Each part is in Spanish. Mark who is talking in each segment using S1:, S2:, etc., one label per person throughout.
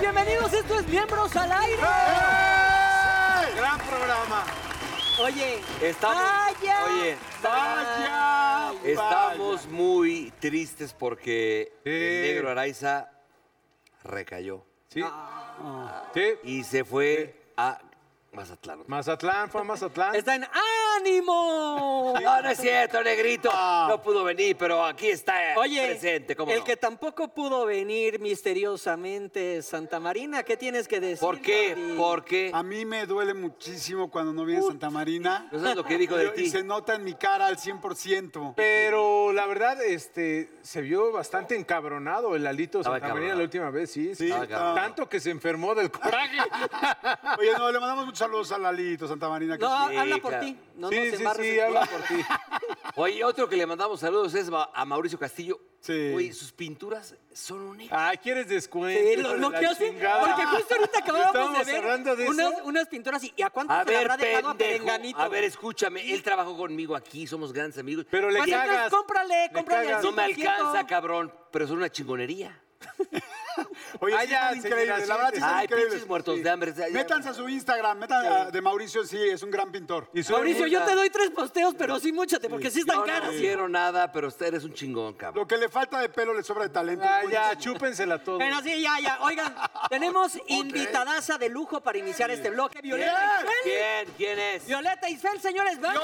S1: bienvenidos, esto es Miembros al Aire.
S2: Gran programa.
S1: Oye,
S3: Estamos,
S1: Vaya.
S3: oye,
S2: Vaya.
S3: estamos muy tristes porque el
S2: Sí.
S3: negro Araiza recayó
S2: Sí. Sí.
S3: y se fue a Mazatlán.
S2: Mazatlán, fue a Mazatlán.
S1: está en ánimo.
S3: No, no es cierto, negrito. No pudo venir, pero aquí está
S1: Oye,
S3: presente. ¿cómo
S1: el
S3: no?
S1: que tampoco pudo venir misteriosamente es Santa Marina, ¿qué tienes que decir?
S3: ¿Por qué?
S1: Jordi?
S3: ¿Por qué?
S4: A mí me duele muchísimo cuando no viene Santa Marina.
S3: ¿No sabes lo que dijo de
S4: Y
S3: ti?
S4: se nota en mi cara al 100%.
S2: Pero la verdad, este, se vio bastante encabronado el Alito
S3: Estaba
S2: Santa María
S3: encabronado.
S2: la última vez, sí.
S4: Sí,
S2: Estaba
S4: estaba-
S2: Tanto que se enfermó del coraje.
S4: Oye, no, le mandamos muchos saludos a Lalito Santa Marina. que
S1: No,
S4: sí.
S3: Sí,
S1: habla por
S3: claro.
S1: ti. No
S2: sí,
S1: nos
S2: sí,
S1: embarres
S2: sí,
S1: en tu-
S2: habla por ti.
S3: Oye, otro que le mandamos saludos es ma- a Mauricio Castillo.
S4: Sí.
S3: Oye, sus pinturas son un éxito.
S2: Ah, ¿quieres descuento?
S1: Sí,
S2: hijo
S1: lo,
S2: de
S1: lo
S2: la
S1: que hace,
S2: chingada?
S1: porque pues, justo ahorita acabábamos de
S2: Estábamos hablando
S1: ver
S2: de
S1: unas,
S2: eso.
S1: unas pinturas y, ¿y a cuánto
S3: A
S1: se le
S3: ver,
S1: habrá dejado a
S3: pendejo,
S1: Perenganito?
S3: a ver, escúchame, él trabajó conmigo aquí, somos grandes amigos.
S2: Pero le
S1: Pues entonces
S2: cagas.
S1: cómprale,
S2: Le
S1: cómprale
S2: cagas.
S1: así.
S3: No me
S1: 100%.
S3: alcanza, cabrón, pero son una chingonería.
S4: Oye,
S2: Ah,
S4: sí,
S2: ya,
S4: están increíbles. La
S2: señora,
S4: verdad,
S2: sí.
S4: sí, están
S3: Ay,
S4: increíbles.
S3: pinches muertos
S4: Sí.
S3: de hambre. Ya- ya-
S4: Métanse a su Instagram, metan a- de Mauricio, sí, es un gran pintor.
S2: Y su
S1: Mauricio, yo
S2: hermana-
S1: te doy tres posteos, pero sí múchate, porque sí están
S3: Yo no
S1: caras.
S3: quiero nada, pero usted eres un chingón, cabrón.
S4: Lo que le falta de pelo le sobra de talento.
S2: Ah,
S4: Es
S2: ya,
S4: buenísimo.
S2: chúpensela todo.
S1: Pero sí, ya, ya. Oigan, tenemos invitadaza de lujo para iniciar este bloque. Violeta
S4: Bien.
S1: Isfel.
S3: ¿Quién? ¿Quién es?
S1: Violeta Isfel, señores, vamos.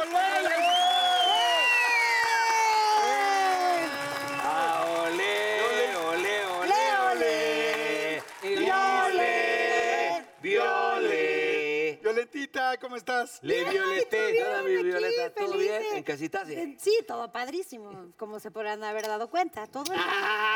S3: Ah, olé, olé, olé, olé. Viole, viole.
S4: Violetita, ¿cómo estás?
S2: Le violeté.
S3: bien. Hola, mi Violeta, ¿todo bien? ¿En casita?
S5: Sí. Sí, todo padrísimo, como se podrán haber dado cuenta. Todo
S3: Ah.
S5: el-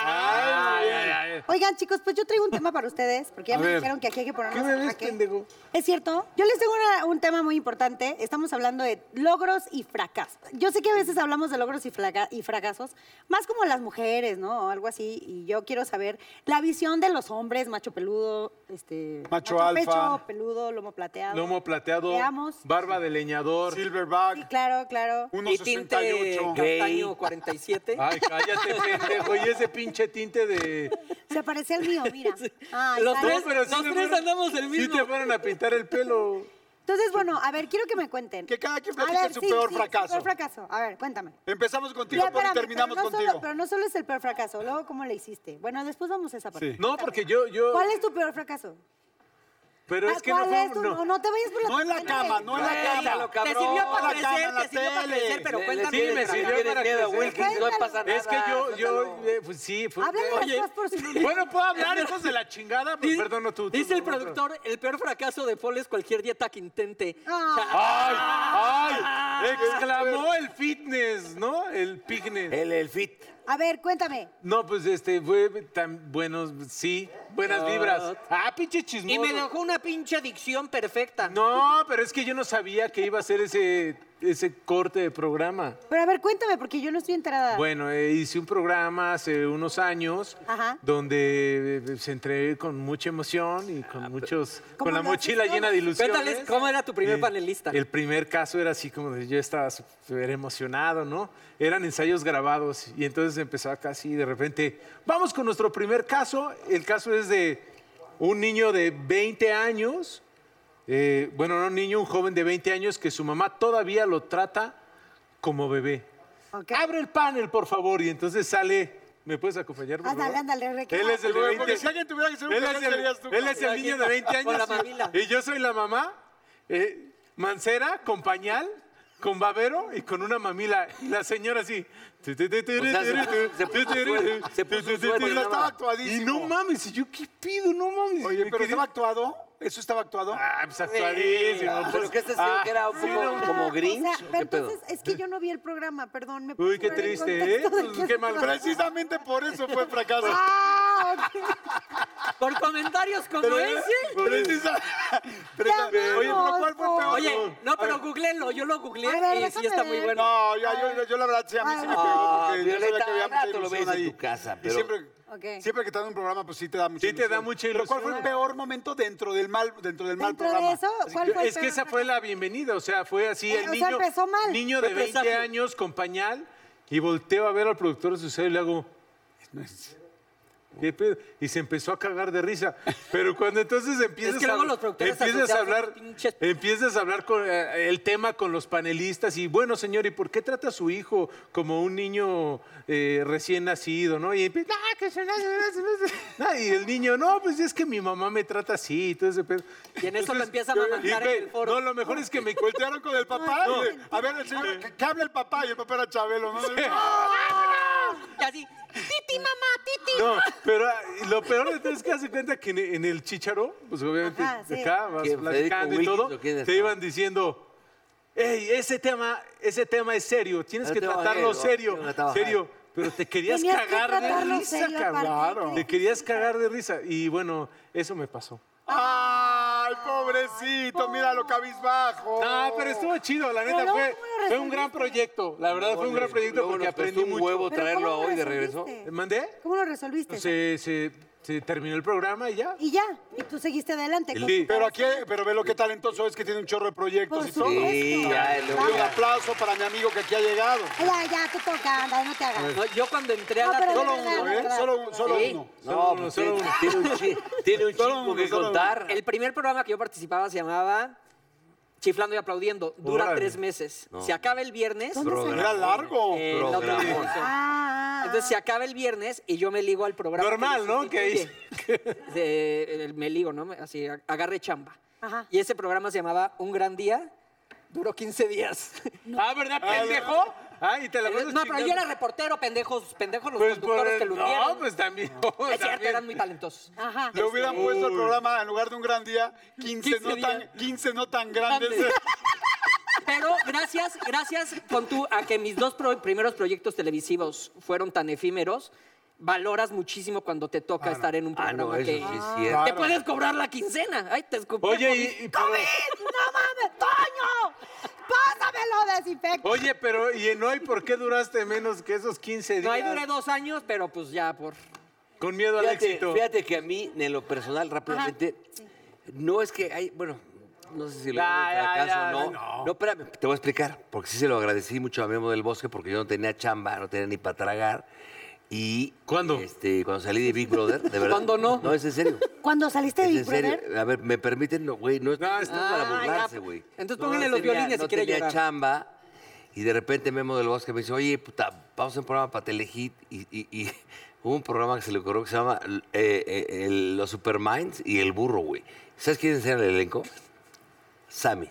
S2: Ay, ay, ay.
S5: Oigan, chicos, pues yo traigo un tema para ustedes, porque ya
S2: A
S5: me
S2: ver.
S5: dijeron que aquí hay que ponernos
S2: ¿Qué me
S5: en
S2: ves,
S5: jaque.
S2: pendejo?
S5: Es cierto, yo les tengo una- un tema muy importante. Estamos hablando de logros y fracasos. Yo sé que a veces hablamos de logros y, flaca- y fracasos, más como las mujeres, ¿no? O algo así. Y yo quiero saber la visión de los hombres, macho peludo, este.
S4: Macho alfa.
S5: pecho, peludo, lomo plateado.
S2: Lomo plateado,
S5: Veamos.
S2: barba de leñador.
S5: Sí,
S4: Silverback,
S5: claro, claro.
S1: Y tinte
S4: 1.68.
S1: castaño 47.
S2: Ay, cállate, pendejo. Y ese pinche tinte de.
S5: Se parece al mío, mira. Ay,
S1: Los
S5: ¿sabes?
S1: tres- los
S2: te
S1: tres andamos el mismo.
S2: Sí te fueron a pintar el pelo.
S5: Entonces, bueno, a ver, quiero que me cuenten.
S4: Que cada quien
S5: A
S4: platique
S5: ver,
S4: su
S5: sí,
S4: peor
S5: sí,
S4: fracaso.
S5: Su peor fracaso. A ver, cuéntame.
S4: Empezamos contigo,
S5: Ya,
S4: pero
S5: espérame,
S4: terminamos
S5: pero no
S4: contigo.
S5: Solo, pero no solo es el peor fracaso, luego cómo le hiciste. Bueno, después vamos a esa parte.
S4: Sí.
S2: No, porque yo. yo
S5: ¿Cuál es tu peor fracaso?
S2: Pero
S5: Ah,
S2: es que no
S5: ¿Cuál
S2: fue.
S5: es tu-
S2: no.
S5: no, no te vayas por la
S4: No en la
S5: tangente.
S4: cama, no en la
S3: Cuéntalo,
S4: cama.
S1: Te
S3: cabrón.
S1: sirvió para
S4: la cama,
S1: crecer,
S4: la
S1: te sirvió para
S4: tele.
S1: crecer, pero
S3: Le- le
S1: cuéntame.
S3: tienes-
S2: me
S1: del
S2: sirvió
S1: fracaso.
S3: tienes
S2: para
S3: miedo a
S2: crecer.
S3: Wilkins, no
S5: Cuéntalo.
S3: pasa nada.
S2: Es que yo, yo,
S3: suéltalo.
S2: eh, pues sí, fue.
S5: Habla de las
S2: Oye,
S5: cosas por su nombre.
S2: Bueno, puedo hablar, hijos de la chingada, pero
S1: Dice-
S2: perdón, no tú. tú,
S1: Dice el
S2: tú, tú.
S1: productor, el peor fracaso de Paul es cualquier dieta que intente.
S5: Ah,
S2: ¡Ay!
S1: Ah.
S2: ¡Ay! Exclamó el fitness, ¿no? El pignes.
S1: Eh.
S3: El, el fit.
S5: a ver, cuéntame.
S2: No, pues este, fue tan buenos, sí, buenas vibras. Ah, pinche chismoso.
S1: Y me dejó una pinche dicción perfecta.
S2: No, pero es que yo no sabía que iba a ser ese, ese corte de programa.
S5: Pero a ver, cuéntame, porque yo no estoy enterada.
S2: Bueno, eh, hice un programa hace unos años
S5: Ajá.
S2: donde eh, pues, entré con mucha emoción y con muchos,
S5: ¿Cómo
S2: con la
S5: lo haces
S2: mochila
S5: todo?
S2: llena de ilusiones.
S1: Ah, Cuéntales cómo era tu primer
S2: Eh,
S1: panelista.
S2: El primer caso era así como de yo estaba súper emocionado, ¿no? Eran ensayos grabados y entonces empezaba casi de repente, vamos con nuestro primer caso. El caso es de un niño de 20 años, eh, bueno, no un niño, un joven de 20 años que su mamá todavía lo trata como bebé.
S5: Ok.
S2: Abre el panel, por favor, y entonces sale... ¿Me puedes acompañar, por
S5: Ándale,
S2: favor?
S5: ándale, reclama.
S2: Él es el de
S4: Porque
S2: 20.
S4: si alguien tuviera que ser un
S2: Él es
S4: cajón,
S2: el,
S4: serías tú,
S2: él es el niño de 20
S1: Con la
S2: años.
S1: mamila.
S2: y yo soy la mamá, eh, mancera, con pañal, con babero y con una mamila. Y la señora así. tu, tu, tu, tu,
S3: O sea,
S2: tu,
S3: se
S2: tu,
S3: puso-
S2: tu,
S3: se puso
S2: tu,
S3: un
S2: tu,
S3: suéter,
S2: tu,
S3: se
S2: tu,
S3: puso
S2: tu,
S3: un
S2: tu,
S3: suéter
S2: tu,
S3: nada
S4: estaba
S3: más.
S2: Y
S4: actuadísimo.
S2: no mames, y yo qué pido, no mames.
S4: Oye,
S2: Me
S4: pero
S2: quedé-
S4: estaba actuado. Eso estaba actuado.
S2: Ah, pues actuadísimo.
S3: Ah,
S2: pues.
S3: pero que este señor que era un
S2: sí,
S3: poco-
S2: no.
S3: como Grinch,
S5: O sea,
S3: ¿o qué
S5: pero
S3: pedo?
S5: entonces es que yo no vi el programa, perdón. ¿me
S2: Uy,
S5: puedes
S2: qué
S5: poner en
S2: triste, ¿eh?
S5: contexto de
S2: Pues,
S5: qué
S2: qué
S5: se
S2: mal.
S5: trata?
S4: Precisamente por eso fue fracaso.
S5: Ah, ok.
S1: Por comentarios como
S4: Pero-
S1: ese.
S2: pues.
S4: precisa- precisa-
S5: Ya,
S4: Oye, pero ¿cuál fue el peor?
S1: Oye, no, pero googleenlo, yo lo googleé
S5: A ver,
S1: y sí
S5: déjame
S1: está muy
S5: ver.
S1: bueno.
S4: No, ya, yo, yo, yo la verdad sí, a mí sí me pegó.
S3: Ah,
S4: porque yo sabía
S3: Violeta,
S4: que había mucha
S3: rato lo ves
S4: ilusión
S3: en
S4: ahí.
S3: tu casa,
S4: Y
S3: pero-
S4: siempre,
S5: Ok.
S4: siempre que estás en un programa, pues sí te da mucha
S2: Sí te da mucha
S4: Pero ¿cuál fue el
S2: ilusión.
S4: peor momento dentro del mal, dentro del mal
S5: Dentro
S4: programa?
S5: de eso, ¿cuál fue el
S2: Es que
S5: peor
S2: esa fue la bienvenida, o sea, fue así el
S5: Eh, o sea,
S2: niño,
S5: empezó mal.
S2: niño de
S1: Fue
S2: 20
S1: presagio.
S2: años con pañal y volteo a ver al productor de su cel y le hago, ¿Qué pedo? Y se empezó a cagar de risa. Pero cuando entonces empiezas,
S1: que luego los productores
S2: empiezas a
S1: asociados son
S2: hablar,
S1: pinches-
S2: empiezas a hablar con eh, el tema con los panelistas y bueno, señor, ¿y por qué trata a su hijo como un niño eh, recién nacido, no? Y empieza, "Ah, que se nace, nace, nace". Ah, y el niño, no, pues es que mi mamá me trata así y todo ese pedo.
S1: Y en eso lo
S2: Entonces,
S1: empieza a
S2: yo-
S1: amamantar
S2: y ve,
S1: en el foro.
S2: No, lo mejor es que me voltearon con el papá.
S4: Papá,
S2: No.
S4: eh, a ver, el señor, que, que hable el papá y el papá era Chabelo. ¿no?
S1: Y así, titi, mamá, titi.
S2: No, pero ah, lo peor de todo es que hace cuenta que en, en el chicharo, pues obviamente
S5: Ajá, sí.
S2: acá vas
S3: ¿Quién,
S2: platicando y
S3: Federico
S2: todo,
S3: Wilkins o quién es?
S2: te iban diciendo, hey, ese tema, ese tema es serio, tienes
S3: No
S2: que
S3: te va a
S2: tratarlo
S3: ver,
S2: serio,
S3: no te va a ver.
S2: serio. Pero te querías
S5: Tenías que
S2: cagar de
S5: tratarlo
S2: risa,
S5: serio,
S2: cabrón.
S5: aparte,
S4: Claro.
S2: Te querías cagar de risa. Y bueno, eso me pasó.
S4: ¡Ay, pobrecito! Mira lo cabizbajo.
S2: No, Ah, pero estuvo chido, la neta,
S5: luego,
S2: fue,
S5: ¿cómo lo
S2: fue un
S5: resolviste?
S2: gran proyecto. La verdad, fue un gran proyecto
S3: Luego
S2: porque
S3: nos costó
S2: aprendí
S3: un
S2: mucho.
S3: huevo
S5: Pero
S3: traerlo
S5: ¿cómo lo
S3: hoy de regreso.
S5: resolviste?
S2: ¿Mandé?
S5: ¿Cómo lo resolviste?
S2: Se, se, se terminó el programa y ya.
S5: Y ya, y tú seguiste adelante. con
S2: Sí.
S5: tu
S4: Pero
S5: cara.
S4: aquí, pero ve lo que talentoso es que tiene un chorro de proyectos
S5: Por
S4: y todo.
S5: supuesto.
S3: Sí, ya, el
S4: Un
S3: ya.
S4: aplauso para mi amigo que aquí ha llegado.
S5: Ya, ya, te toca, anda, no te hagas.
S1: No, yo cuando entré a
S5: No,
S1: la
S5: pero de
S4: Solo
S1: tele,
S5: verdad,
S4: uno,
S5: de
S4: ¿eh?
S5: verdad,
S4: Solo
S5: de
S4: un-
S5: verdad.
S4: solo
S3: ¿Sí?
S4: uno.
S2: Solo
S3: No,
S2: uno,
S3: pues
S2: solo
S3: tiene,
S2: uno.
S3: tiene un, chi- tiene un
S4: Solo
S3: chingo
S4: uno,
S3: que
S4: solo uno.
S3: contar.
S1: el primer programa que yo participaba se llamaba Chiflando y aplaudiendo. Dura
S2: Órale.
S1: tres meses.
S3: No.
S1: Se acaba el viernes.
S5: ¿Dónde
S3: Programa.
S4: Era largo.
S1: eh, la otra
S3: Programón.
S1: televisión.
S5: Ah,
S1: Entonces se acaba el viernes y yo me ligo al programa.
S2: Normal,
S1: que
S2: ¿no?
S1: me
S2: Que
S1: sustituye. De- eh, me ligo, ¿no? Así, ag- agarre chamba.
S5: Ajá.
S1: Y ese programa se llamaba Un Gran Día, duró 15 días.
S2: Ah, ¿verdad, pendejo? Ah, y te la pasas
S1: no, pero yo
S2: chingando.
S1: era reportero, pendejos, pendejos los
S2: Pues por
S1: conductores
S2: el-
S1: que lo
S2: No,
S1: hundieron.
S2: pues también.
S1: es cierto,
S2: también.
S1: eran muy talentosos.
S5: ah. ajá.
S4: Le hubieran
S2: Uy.
S4: puesto el programa en lugar de un gran día, 15,
S1: 15
S4: no, tan,
S1: días.
S4: 15 no tan grandes.
S1: Grandes. Pero gracias, gracias con tú a que mis dos pro- primeros proyectos televisivos fueron tan efímeros, valoras muchísimo cuando te toca estar en un
S3: Ah,
S1: programa
S3: no, eso
S1: que
S3: sí es
S2: Ah,
S3: cierto.
S1: te puedes cobrar la quincena. Ay, te escupí.
S2: Oye,
S1: por-
S2: y- y pero-
S5: ¡No mames, Toño! ¡Pásamelo, desinfecto!
S2: Oye, pero ¿y en hoy por qué duraste menos que esos 15 días?
S1: No, ahí duré dos años, pero pues ya por...
S2: Con miedo al
S3: Fíjate,
S2: éxito.
S3: fíjate que a mí, en lo personal, rápidamente, no es que hay, bueno, no sé si lo
S2: Ya,
S3: llaman
S2: ya,
S3: fracaso
S2: ya,
S3: o no. no. espérame, te voy a explicar, porque sí se lo agradecí mucho a Memo del Bosque, porque yo no tenía chamba, no tenía ni para tragar. Y
S2: ¿Cuándo?
S3: Este, cuando salí de Big Brother, de verdad.
S1: ¿Cuándo no?
S3: No, es en serio.
S5: Cuando saliste de
S3: Es
S5: Big
S3: en serio.
S5: Brother,
S3: A ver, me permiten, no, güey, no,
S2: No,
S3: no es
S2: está-
S3: para
S1: Ah, ya.
S3: burlarse, güey.
S1: Entonces
S3: No,
S1: pónganle
S3: no
S1: los
S3: tenía-
S1: violines si
S3: no
S1: quiere
S3: tenía
S1: llorar.
S3: chamba y de repente Memo del Bosque me dice, oye, puta, vamos a un programa para Telehit y, y- y hubo un programa que se le ocurrió que se llama eh, eh, el- Los Superminds y El Burro, güey. ¿Sabes quiénes eran el elenco? Sammy.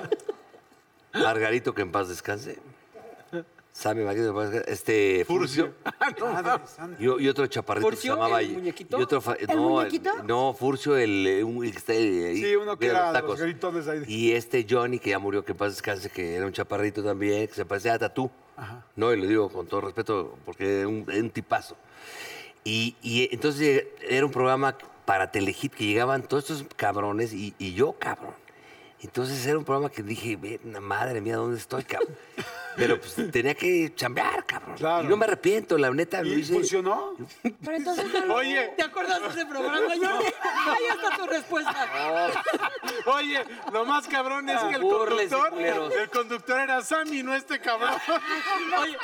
S3: Margarito, que en paz descanse. Sammy, Margarito, que en paz descanse. Este,
S2: Furcio. Ah, no,
S3: y, y otro chaparrito que se
S1: ¿Furcio,
S3: llamaba.
S1: el muñequito?
S3: y otro fa-
S5: ¿El
S3: no,
S5: muñequito?
S3: no, Furcio, el, eh, un- el que está ahí, ahí,
S4: Sí, uno que
S3: cuida
S4: era los gritones ahí.
S3: Y este Johnny, que ya murió, que en paz descanse, que era un chaparrito también, que se parecía a Tatú. No, y lo digo con todo respeto, porque era un, era un tipazo. Y, y entonces era un programa para Telehit que llegaban todos estos cabrones y, y yo, cabrón. Entonces era un programa que dije, "Ve, na- madre mía, ¿dónde estoy, cabrón? Pero pues tenía que chambear, cabrón.
S4: Claro.
S3: Y no me arrepiento, la neta. lo
S4: ¿Y
S3: hice-
S4: funcionó?
S5: pero entonces...
S2: Oye,
S1: ¿Te acuerdas de ese programa, Jordi? Ahí está tu respuesta.
S2: oye, lo más cabrón es que el
S3: Burles,
S2: conductor,
S3: culeros.
S2: el conductor era Sammy, no este cabrón.
S1: Oye,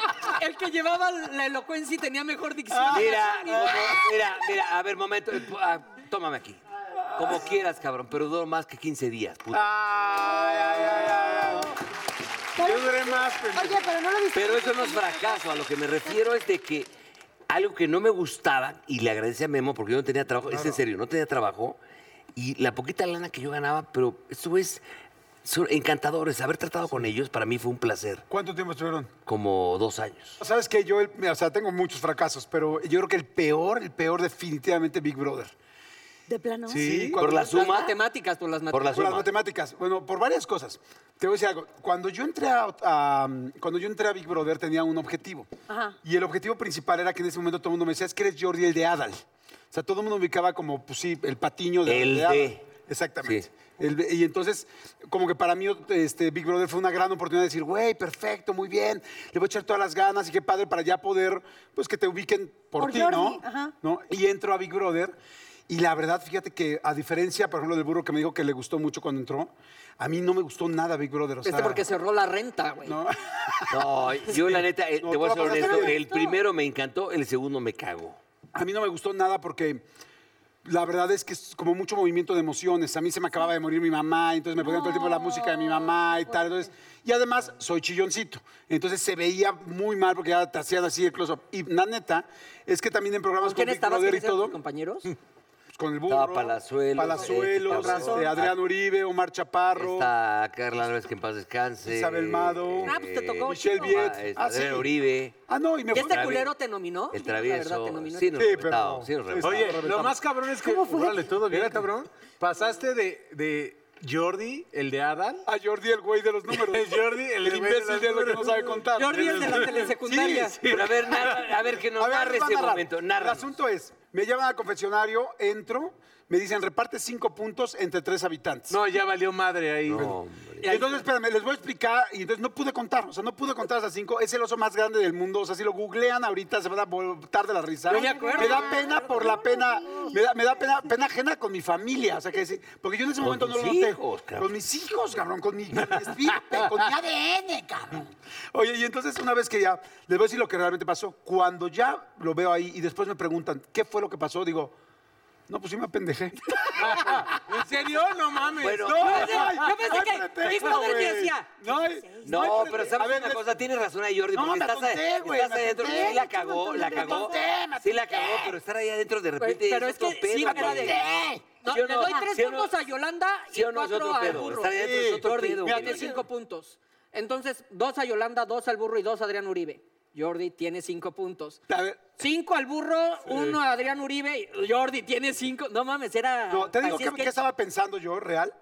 S1: el que llevaba la elocuencia y tenía mejor dicción.
S3: Mira, como- mira, mira, a ver, momento. eh, ah, Tómame aquí. Como quieras, cabrón, pero duró más que 15 días, puta.
S2: Ay, ay, ay, ay. Yo duré más, pendejo.
S5: Oye, pero no lo viste.
S3: Pero eso no es fracaso, a lo que me refiero es de que algo que no me gustaba, y le agradecí a Memo porque yo no tenía trabajo, es en serio, no tenía trabajo, y la poquita lana que yo ganaba, pero eso es, son encantadores, haber tratado con ellos para mí fue un placer,
S4: ¿Cuánto tiempo estuvieron?
S3: como dos años.
S4: Sabes que yo, el- mira, o sea, tengo muchos fracasos, pero yo creo que el peor, el peor definitivamente Big Brother.
S5: ¿De plano?
S4: Sí,
S3: ¿Por la
S1: Las
S3: suma?
S1: matemáticas, por las
S3: Por la
S1: matemáticas.
S4: Por las
S3: suma.
S4: matemáticas. Bueno, por varias cosas. Te voy a decir algo. Cuando yo entré a, a- cuando yo entré a Big Brother tenía un objetivo.
S5: Ajá.
S4: Y el objetivo principal era que en ese momento todo el mundo me decía, es que eres Jordi el de Adal. O sea, todo el mundo me ubicaba como, pues sí, el patiño de
S3: El
S4: de Adal.
S3: de.
S4: Exactamente.
S3: Sí.
S4: El de- y entonces, como que para mí este, Big Brother fue una gran oportunidad de decir, güey, perfecto, muy bien, le voy a echar todas las ganas y qué padre para ya poder, pues que te ubiquen por,
S5: Por
S4: ti,
S5: Jordi,
S4: ¿no?
S5: ajá.
S4: ¿no? Y entro a Big Brother. Y la verdad, fíjate que a diferencia, por ejemplo, del burro que me dijo que le gustó mucho cuando entró, a mí no me gustó nada Big Brother. o sea,
S1: Este porque cerró la renta, güey.
S4: ¿no?
S3: No, yo la neta, eh,
S4: No,
S3: te voy a
S4: tú
S3: ser
S4: la pasaste
S3: honesto,
S4: bien.
S3: el primero me encantó, el segundo me cago.
S4: A mí no me gustó nada porque la verdad es que es como mucho movimiento de emociones. A mí se me acababa de morir mi mamá, entonces me ponían todo el tiempo la música de mi mamá y tal. Entonces, y además, soy chilloncito. Entonces se veía muy mal porque ya te hacían así el close-up. Y la neta es que también en programas
S1: ¿Con quién
S4: como Big
S1: estabas?
S4: Brother y
S1: ¿Quiénes eran tus
S4: todo,
S1: compañeros?
S4: pues, con el burro,
S3: Estaba Palazuelos,
S4: Palazuelos,
S3: este, cabrón.
S4: este, Adrián Uribe, Omar Chaparro.
S3: Está Carla Álvarez, que en paz descanse. eh,
S4: Isabel Mado.
S1: Ah, pues te tocó,
S4: Michelle
S1: chico.
S4: Viet.
S3: Ah, es
S4: Ah, sí.
S3: Adrián Uribe.
S4: Ah, no, y me
S1: ¿Y
S4: fue-
S1: este
S3: Travi-
S1: culero te nominó?
S3: El
S1: Yo, la verdad,
S3: travieso.
S1: te nominó.
S3: Sí, nos
S4: Sí, pero-
S3: reventado, sí nos reventado.
S2: Oye, lo más cabrón es que.
S5: ¿Cómo fue?
S2: Órale, todo bien, cabrón. Pasaste de, de Jordi, el de Adal.
S4: A Jordi, el güey de los números.
S2: El Jordi, el
S4: Ah, El
S2: güey de
S4: imbécil
S2: los
S4: de lo que
S2: números.
S4: no sabe contar.
S1: Jordi es de la telesecundaria.
S3: Pero a ver, narra- a ver que nos
S4: A ver,
S3: narre
S4: va a
S3: ese
S4: narrar.
S3: momento.
S4: El
S3: Narra.
S4: asunto es, me llaman al confesionario, entro, me dicen, reparte cinco puntos entre tres habitantes.
S2: No, ya valió madre ahí.
S3: No, hombre.
S4: Entonces, espérame, les voy a explicar, y entonces no pude contar, o sea, no pude contar esas cinco, es el oso más grande del mundo, o sea, si lo googlean ahorita se van a voltar de la risa.
S1: Yo me acuerdo.
S4: da pena por la pena, me da, me da pena, pena ajena con mi familia, o sea, que sí, porque yo en ese momento no
S3: tus
S4: lo noté.
S3: hijos, cabrón.
S4: Con mis hijos, cabrón, con mi, con mi estirpe, con mi ADN, cabrón. Oye, y entonces una vez que ya, les voy a decir lo que realmente pasó, cuando ya lo veo ahí y después me preguntan, ¿qué fue lo que pasó? Digo, no, pues sí me apendejé.
S2: ¿En serio? No mames.
S3: Bueno,
S2: No.
S1: pensé- yo pensé que Big Brother
S4: güey.
S1: yo decía,
S4: No, hay-
S3: No,
S4: hay
S3: pero
S4: pretexto.
S3: sabes
S4: A ver,
S3: una
S4: les-
S3: cosa, tienes razón ahí, Jordi,
S4: No,
S3: porque
S4: me
S3: estás, ahí-
S4: atonté, güey,
S3: estás
S4: me
S3: ahí adentro,
S4: atonté,
S3: sí la cagó,
S4: me
S3: la cagó,
S4: atonté, me
S3: sí la
S4: atonté.
S3: cagó, pero estar ahí adentro de repente
S1: Pues, pero es
S3: otro
S1: que sí,
S3: pedo,
S1: era de...
S3: güey.
S1: No,
S3: ¿Sí o
S1: le
S3: no?
S1: doy tres
S3: ¿Sí o no?
S1: puntos a Yolanda y
S3: ¿Sí o no? Es
S1: cuatro
S3: otro
S1: al
S3: pedo,
S1: burro.
S3: estar ahí adentro es otro
S1: Jordi,
S3: pedo,
S1: tiene
S3: güey.
S1: cinco puntos. Entonces, dos a Yolanda, dos al burro y dos a Adrián Uribe. Jordi tiene cinco puntos.
S4: A ver,
S1: Cinco al burro, uno a Adrián Uribe. y Jordi tiene cinco. No mames, era...
S4: No, te digo
S1: parecía
S4: que,
S1: sketch.
S4: estaba pensando yo, real.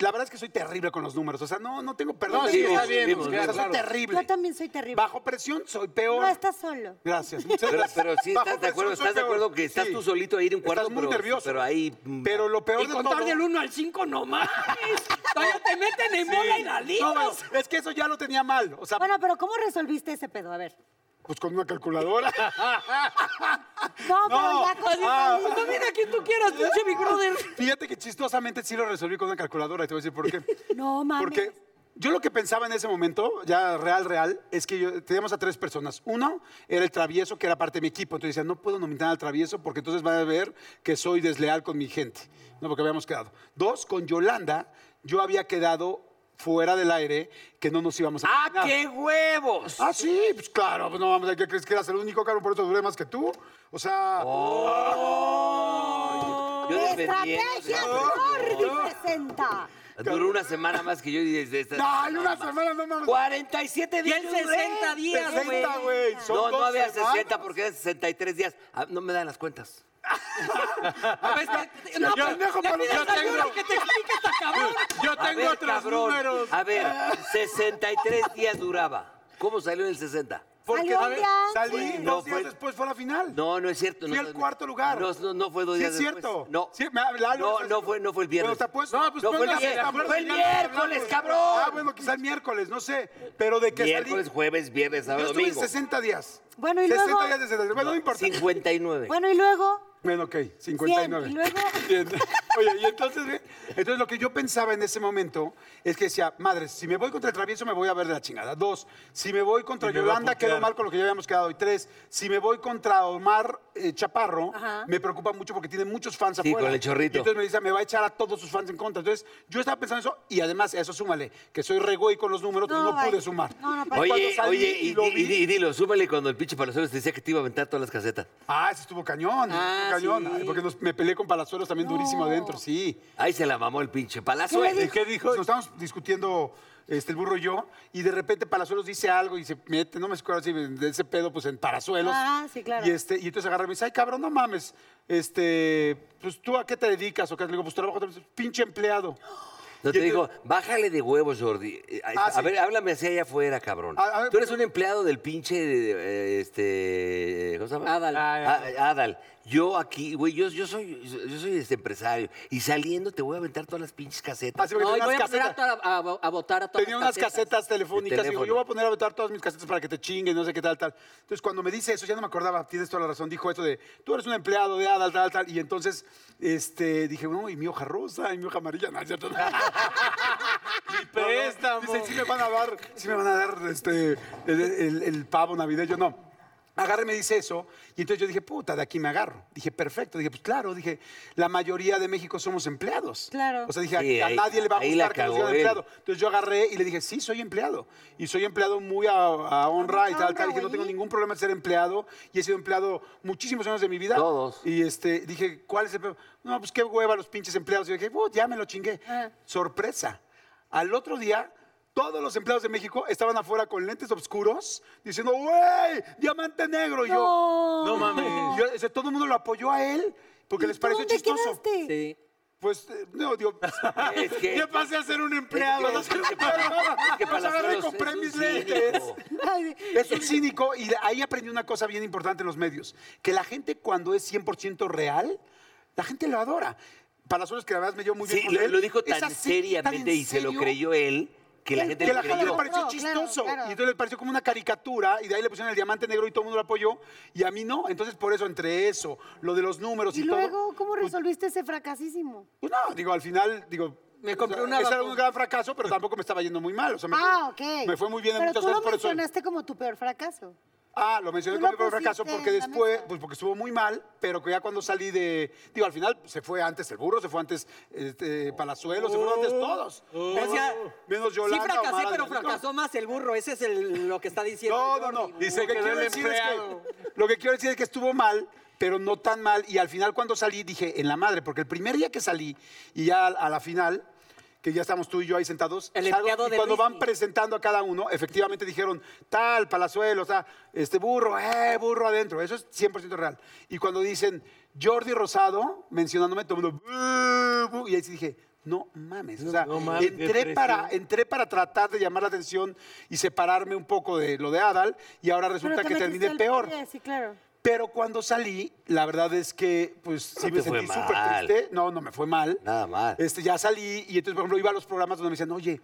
S4: La verdad es que soy terrible con los números. O sea, no, no tengo perdón.
S2: No,
S4: de
S2: sí,
S4: Dios.
S2: está bien,
S4: Vimos,
S2: pues,
S4: o sea, soy
S2: claro.
S4: terrible.
S5: Yo también soy terrible.
S4: Bajo presión soy peor.
S5: No estás solo.
S4: Gracias. muchas
S3: Pero,
S4: gracias.
S3: pero sí,
S4: Bajo
S3: estás de acuerdo,
S4: presión soy
S3: estás de
S4: peor.
S3: acuerdo que estás
S4: Sí.
S3: tú solito ahí en un cuarto,
S4: Estás muy
S3: pero,
S4: nervioso.
S3: pero ahí...
S4: Pero lo peor
S1: Y
S4: de
S1: contar
S4: todo-
S1: del 1 al 5, no mames. Todavía te meten en bola y la
S4: No,
S1: libras.
S4: es- es que eso ya lo tenía mal. O sea,
S5: Bueno, pero ¿cómo resolviste ese pedo? A ver.
S4: pues con una calculadora. No.
S5: No, pero ya con-
S1: Así,
S3: Ah.
S4: Ah.
S1: no viene a quien tú quieras, pinche Big Brother.
S4: Fíjate que chistosamente sí lo resolví con una calculadora. Y te voy a decir por qué.
S5: No mames.
S4: Porque yo lo que pensaba en ese momento, ya real, real, es que yo- teníamos a tres personas. Uno era el travieso, que era parte de mi equipo. Entonces decía, no puedo nominar al travieso porque entonces van a ver que soy desleal con mi gente. No, porque habíamos quedado. Dos, con Yolanda, yo había quedado fuera del aire que no nos íbamos a
S3: ¡Ah,
S4: nominar.
S3: qué huevos!
S4: Ah, sí, pues claro, pues no vamos, ¿qué crees que eras el único, caro? Por eso duré más que tú. O sea,
S3: Oh. Yo defendiendo.
S5: Estrategia Jordi presenta.
S3: Duró una semana más que yo y desde esta...
S4: no, en una semana no mames.
S3: 47
S1: Y
S3: días.
S1: el
S3: yo duré.
S1: 60 días, güey.
S4: 60, güey. son
S3: No, no
S4: dos ¿ah?
S3: había
S4: semanas.
S3: 60 porque eran 63 días. Ah, no me dan las cuentas.
S1: Pues, que- no,
S4: Yo
S1: pues,
S4: dejo
S1: le
S4: para-
S1: pides
S4: yo
S1: a Yuri
S4: tengo-
S1: que te explique esta cabrón.
S2: Yo
S3: A
S2: tengo
S3: ver,
S2: otros
S3: cabrón, Ah,
S2: números.
S3: A ver,
S4: Ah.
S3: 63 días duraba. ¿Cómo salió en el 60?
S4: Porque
S5: Salió
S4: a ver,
S5: bien.
S4: salí
S3: Sí.
S4: dos
S3: No, fue-
S4: días después fue a la final.
S3: No, no es cierto.
S4: Fui
S3: no,
S4: al
S3: no,
S4: cuarto lugar.
S3: No, no, no fue dos
S4: Sí,
S3: días
S4: es
S3: después.
S4: cierto.
S3: No.
S4: Sí, me- Lalo,
S3: no,
S4: estás-
S3: no fue, no fue el viernes.
S4: Pero te apuesto.
S2: No, pues
S3: No fue el
S2: póngase de
S3: viernes.
S2: acuerdo,
S3: Fue el
S2: ya nos hablamos.
S3: miércoles, cabrón.
S4: Ah, bueno, quizá el miércoles, no sé. Pero de que
S3: miércoles,
S4: salí.
S3: jueves, viernes,
S4: Yo
S3: sábado,
S4: estuve en
S3: domingo.
S4: 60 días.
S5: Bueno, y
S4: 60
S5: luego-
S4: días de 60 días. Bueno, no importa.
S3: 59.
S5: Bueno, y luego.
S4: Bueno, ok, 59.
S5: 100. Y luego.
S4: Bien. Oye, y entonces, ¿eh? entonces lo que yo pensaba en ese momento es que decía, madres, si me voy contra el travieso me voy a ver de la chingada. Dos, si me voy contra
S2: Y me va a
S4: Yolanda
S2: putear.
S4: quedo mal con lo que ya habíamos quedado. Y tres, si me voy contra Omar eh, Chaparro,
S5: Ajá.
S4: me preocupa mucho porque tiene muchos fans
S3: Sí,
S4: afuera.
S3: con el chorrito.
S4: Y entonces me dice, me va a echar a todos sus fans en contra. Entonces yo estaba pensando eso y además a eso súmale, que soy re güey con los números, pues
S5: No,
S4: no, pude
S5: vaya.
S4: sumar.
S5: No, no, para-
S4: Cuando
S3: Oye,
S4: salí
S3: oye, y,
S4: lo
S3: di- y
S4: vi-
S3: di- y dilo, súmale cuando el pinche Palazuelos te decía que te iba a aventar todas las casetas.
S4: Ah, ese estuvo cañón, ese
S1: Ah,
S4: estuvo cañón.
S1: sí.
S4: Ay, porque nos- me peleé con Palazuelos también durísimo adentro, sí.
S3: Ahí se la mamó el pinche
S5: ¿Qué le
S3: Palazuelos.
S4: ¿Y qué dijo? Nos estábamos discutiendo este, el burro y yo, y de repente Palazuelos dice algo y se mete, no me acuerdo si de ese pedo, pues en Palazuelos.
S5: Ah, sí, claro.
S4: Y, este, y entonces agarra y me dice, ay, cabrón, no mames, este, pues tú a qué te dedicas, o qué, le digo, pues trabajo, pinche empleado.
S3: No te
S4: Y
S3: digo, bájale de huevos, Jordi. Eh, A,
S4: Ah,
S3: a
S4: sí.
S3: ver, háblame así allá afuera, cabrón.
S4: A- a ver,
S3: Tú eres un empleado del pinche, eh, este, ¿cómo se llama?
S1: Adal.
S4: Ah,
S3: A- Adal. Yo aquí, güey, yo, yo soy, yo soy este empresario y saliendo te voy a aventar todas las pinches casetas.
S4: Así porque
S1: No, y
S4: tenía
S1: voy
S4: unas
S1: a poner a,
S4: casetas,
S1: toda- a, a votar a todas
S4: tenía unas casetas telefónicas,
S3: De
S4: digo,
S3: teléfono.
S4: yo voy a poner a vetar todas mis casetas para que te chinguen, no sé qué tal, tal. Entonces cuando me dice eso, ya no me acordaba, tienes toda la razón, dijo esto de, tú eres un empleado de Adal, tal, tal, y entonces, este, dije, no, y mi hoja rosa, y mi hoja amarilla, no, es cierto.
S2: Préstamo.
S4: Dicen, sí me van a dar, sí me van a dar este, el, el- el pavo navideño. No. Agarra y me dice eso. Y entonces yo dije, puta, de aquí me agarro. Dije, perfecto. Dije, pues claro. Dije, la mayoría de México somos empleados.
S5: Claro.
S4: O sea, dije, a-
S3: Sí,
S4: a,
S3: ahí-
S4: nadie le va a
S3: ahí la
S4: gustar que nos
S3: cagó
S4: digan
S3: él.
S4: empleado. Entonces yo agarré y le dije, sí, soy empleado. Y soy empleado muy a, a honra y
S5: A
S4: tal,
S5: honra,
S4: tal. Dije, no
S5: güey.
S4: tengo ningún problema de ser empleado. Y he sido empleado muchísimos años de mi vida.
S3: Todos.
S4: Y este, dije, ¿cuál es el problema? No, pues qué hueva los pinches empleados. Y dije, "Oh, ya me lo chingué.
S5: Ah.
S4: Sorpresa. Al otro día, todos los empleados de México estaban afuera con lentes oscuros diciendo, güey, diamante negro. Y yo,
S5: No.
S2: No mames.
S4: y yo, o sea, todo el mundo lo apoyó a él porque
S5: ¿Y
S4: les
S5: tú
S4: pareció
S5: dónde
S4: chistoso.
S5: quedaste?
S1: Sí.
S4: Pues, eh, no, digo,
S3: Es que-
S4: ya pasé a ser un empleado.
S3: Es que- es que para- es que
S4: Los
S3: para
S4: agarré y
S3: los-
S4: compré
S3: es un
S4: mis
S3: cínico.
S4: lentes.
S5: Ay,
S4: Es un cínico y ahí aprendí una cosa bien importante en los medios, que la gente cuando es 100% real, la gente lo adora. Palazuelos, que además me llevo muy bien
S3: Sí,
S4: con
S3: lo,
S4: él,
S3: lo dijo
S4: es
S3: tan
S4: así,
S3: seriamente
S4: tan en
S3: y se lo
S4: serio,
S3: creyó él que la gente
S4: que
S3: le
S4: la gente le
S3: creyó.
S4: pareció
S5: No, claro,
S4: chistoso
S5: claro.
S4: y entonces le pareció como una caricatura y de ahí le pusieron el diamante negro y todo el mundo lo apoyó y a mí no, entonces por eso entre eso, lo de los números y,
S5: y luego,
S4: todo,
S5: ¿cómo resolviste ese fracasísimo?
S4: pues no, digo, al final, digo,
S1: Me compré
S4: o sea,
S1: una
S4: ese era
S1: vacuna.
S4: un gran fracaso, pero tampoco me estaba yendo muy mal, o sea, me,
S5: ah,
S4: fue-
S5: ok.
S4: me fue muy bien en
S5: Pero
S4: muchas
S5: tú
S4: cosas
S5: lo
S4: por eso.
S5: mencionaste como tu peor fracaso.
S4: Ah, lo mencioné
S5: Tú
S4: como mi
S5: lo
S4: peor fracaso
S5: pusiste
S4: porque
S5: en la
S4: después,
S5: mesa.
S4: pues porque estuvo muy mal, pero que ya cuando salí de. Digo, al final pues, se fue antes el burro, se fue antes este, Palazuelos, se fueron antes todos.
S1: O sea,
S4: Oh. menos
S1: Oh. sí
S4: Yolanda.
S1: fracasé,
S4: Omar,
S1: pero
S4: Adrián.
S1: fracasó más el burro. Ese es el- lo que está diciendo.
S4: No, no, no.
S1: Jordi.
S2: Y se
S4: Lo que
S2: quedó
S4: quiero
S2: el
S4: decir es que-
S2: empleado.
S4: lo que quiero decir es que estuvo mal, pero no tan mal. Y al final, cuando salí, dije, en la madre, porque el primer día que salí y ya a a la final que ya estamos tú y yo ahí sentados.
S1: El empleado
S4: y
S1: de
S4: cuando van
S1: Luismi.
S4: presentando a cada uno, efectivamente dijeron, tal, Palazuelo, tal, este burro, eh, burro adentro. Eso es 100% real. Y cuando dicen Jordi Rosado, mencionándome, todo el mundo, "Bu, bu", y ahí sí dije, no mames. O sea,
S2: No mames,
S4: entré,
S2: qué
S4: para,
S2: presión.
S4: entré para tratar de llamar la atención y separarme un poco de lo de Adal, y ahora resulta
S5: Pero
S4: que
S5: te metiste
S4: terminé
S5: al
S4: peor.
S5: pie, Sí, claro.
S4: Pero cuando salí, la verdad es que, pues, sí
S3: No
S4: me
S3: te fue
S4: sentí súper
S3: mal.
S4: triste. No, no me fue mal.
S3: Nada
S5: Ah.
S3: mal.
S4: Este, ya salí y entonces, por ejemplo, iba a los programas donde me decían, oye,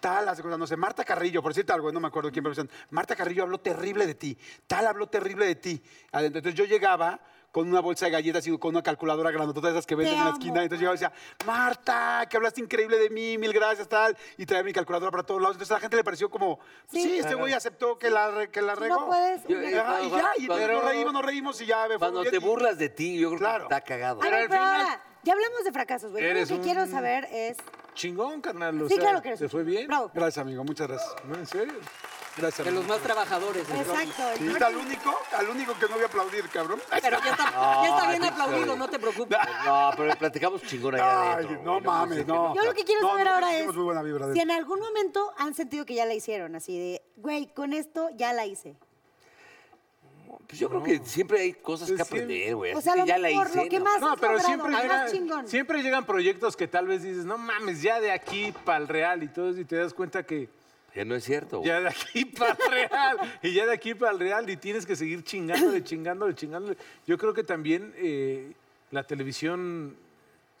S4: tal, hace cosas, no sé, Marta Carrillo, por cierto, algo, no me acuerdo quién, pero me decían, Marta Carrillo habló terrible de ti, tal habló terrible de ti. Adentro. Entonces yo llegaba con una bolsa de galletas y con una calculadora grandotota de esas que venden en la
S5: amo.
S4: esquina. Entonces yo decía, Marta, que hablaste increíble de mí, mil gracias, tal. Y traía mi calculadora para todos lados. Entonces a la gente le pareció como, sí,
S5: Sí.
S4: este güey aceptó que la, re- que la
S5: Si
S4: regó.
S5: no puedes,
S3: Yo-
S5: una-
S3: eh,
S4: Ajá, y ya, y
S3: Cuando-
S4: pero reímos, no reímos y ya me fue
S3: Cuando
S4: muy
S3: te
S4: bien. Y-
S3: burlas de ti, yo creo
S4: Claro.
S3: que está cagado.
S5: A
S2: Pero
S5: ver,
S2: al
S5: pero
S2: final-
S5: ahora, ya hablamos de fracasos, güey. Yo Lo
S2: Eres
S5: que
S2: un-
S5: quiero saber es.
S2: Chingón, carnal. o
S5: Sí,
S2: sea,
S5: claro que eres.
S2: ¿Te
S5: un-
S2: fue bien?
S5: Bravo.
S4: Gracias, amigo, muchas gracias.
S2: No, en serio.
S4: Gracias,
S1: De
S4: amigo.
S1: los más trabajadores. el Jordi.
S5: Exacto. el
S4: Sí,
S5: Jordi.
S4: al único, al único que no voy a aplaudir, cabrón.
S1: Pero ya está, ya está bien aplaudido, no te preocupes.
S3: No, pero platicamos chingón allá
S4: Ay,
S3: adentro. güey,
S4: no mames,
S3: sé.
S4: no.
S5: Yo lo que quiero
S4: No,
S5: saber
S4: no,
S5: ahora
S4: hicimos
S5: es
S4: muy buena vibra de-
S5: si en algún momento han sentido que ya la hicieron, así de, güey, con esto ya la hice.
S3: Pues yo creo que siempre hay cosas que
S2: Pues sí.
S3: aprender, güey.
S5: O
S3: así
S5: sea,
S3: que
S5: lo
S3: Eh, ya la
S5: mejor,
S3: hice.
S5: lo que
S3: no.
S5: más
S2: No,
S5: has
S2: pero
S5: logrado,
S2: siempre
S5: lo más
S2: llegan,
S5: chingón.
S2: siempre llegan proyectos que tal vez dices, no mames, ya de aquí para el real y todo eso, y te das cuenta que
S3: Ya no es cierto. güey.
S2: ya de aquí para el real, y ya de aquí para el real, y tienes que seguir chingándole, chingándole, chingándole. Yo creo que también eh, la televisión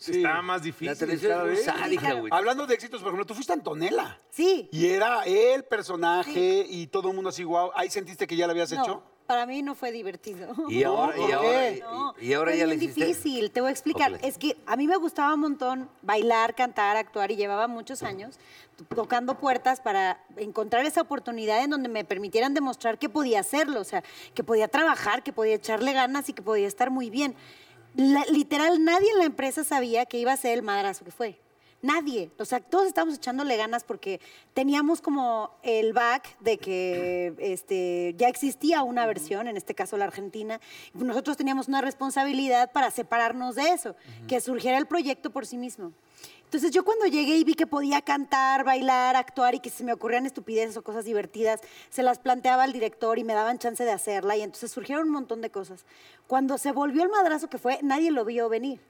S2: está más difícil.
S3: La televisión es
S2: cada
S3: muy
S4: ¿eh?
S2: vez.
S3: sádica, güey.
S4: Hablando de éxitos, por ejemplo, tú fuiste Antonella.
S5: Sí.
S4: Y era el personaje y todo el mundo así, wow. ¿Ahí sentiste que ya lo habías
S5: No,
S4: hecho?
S5: para mí no fue divertido.
S3: Y ahora,
S4: ¿por
S3: y ahora,
S4: qué?
S3: y,
S5: No,
S3: y ahora
S5: fue
S3: ya la
S5: bien
S3: hiciste.
S5: difícil, te voy a explicar.
S3: Ok.
S5: Es que a mí me gustaba un montón bailar, cantar, actuar y llevaba muchos años to- tocando puertas para encontrar esa oportunidad en donde me permitieran demostrar que podía hacerlo, o sea, que podía trabajar, que podía echarle ganas y que podía estar muy bien. La- literal, nadie en la empresa sabía que iba a ser el madrazo que fue. Nadie. O sea, todos estábamos echándole ganas porque teníamos como el back de que este, ya existía una versión, en este caso la Argentina. Nosotros teníamos una responsabilidad para separarnos de eso, que surgiera el proyecto por sí mismo. Entonces yo cuando llegué y vi que podía cantar, bailar, actuar y que se me ocurrían estupideces o cosas divertidas, se las planteaba al director y me daban chance de hacerla y entonces surgieron un montón de cosas. Cuando se volvió el madrazo que fue, nadie lo vio venir.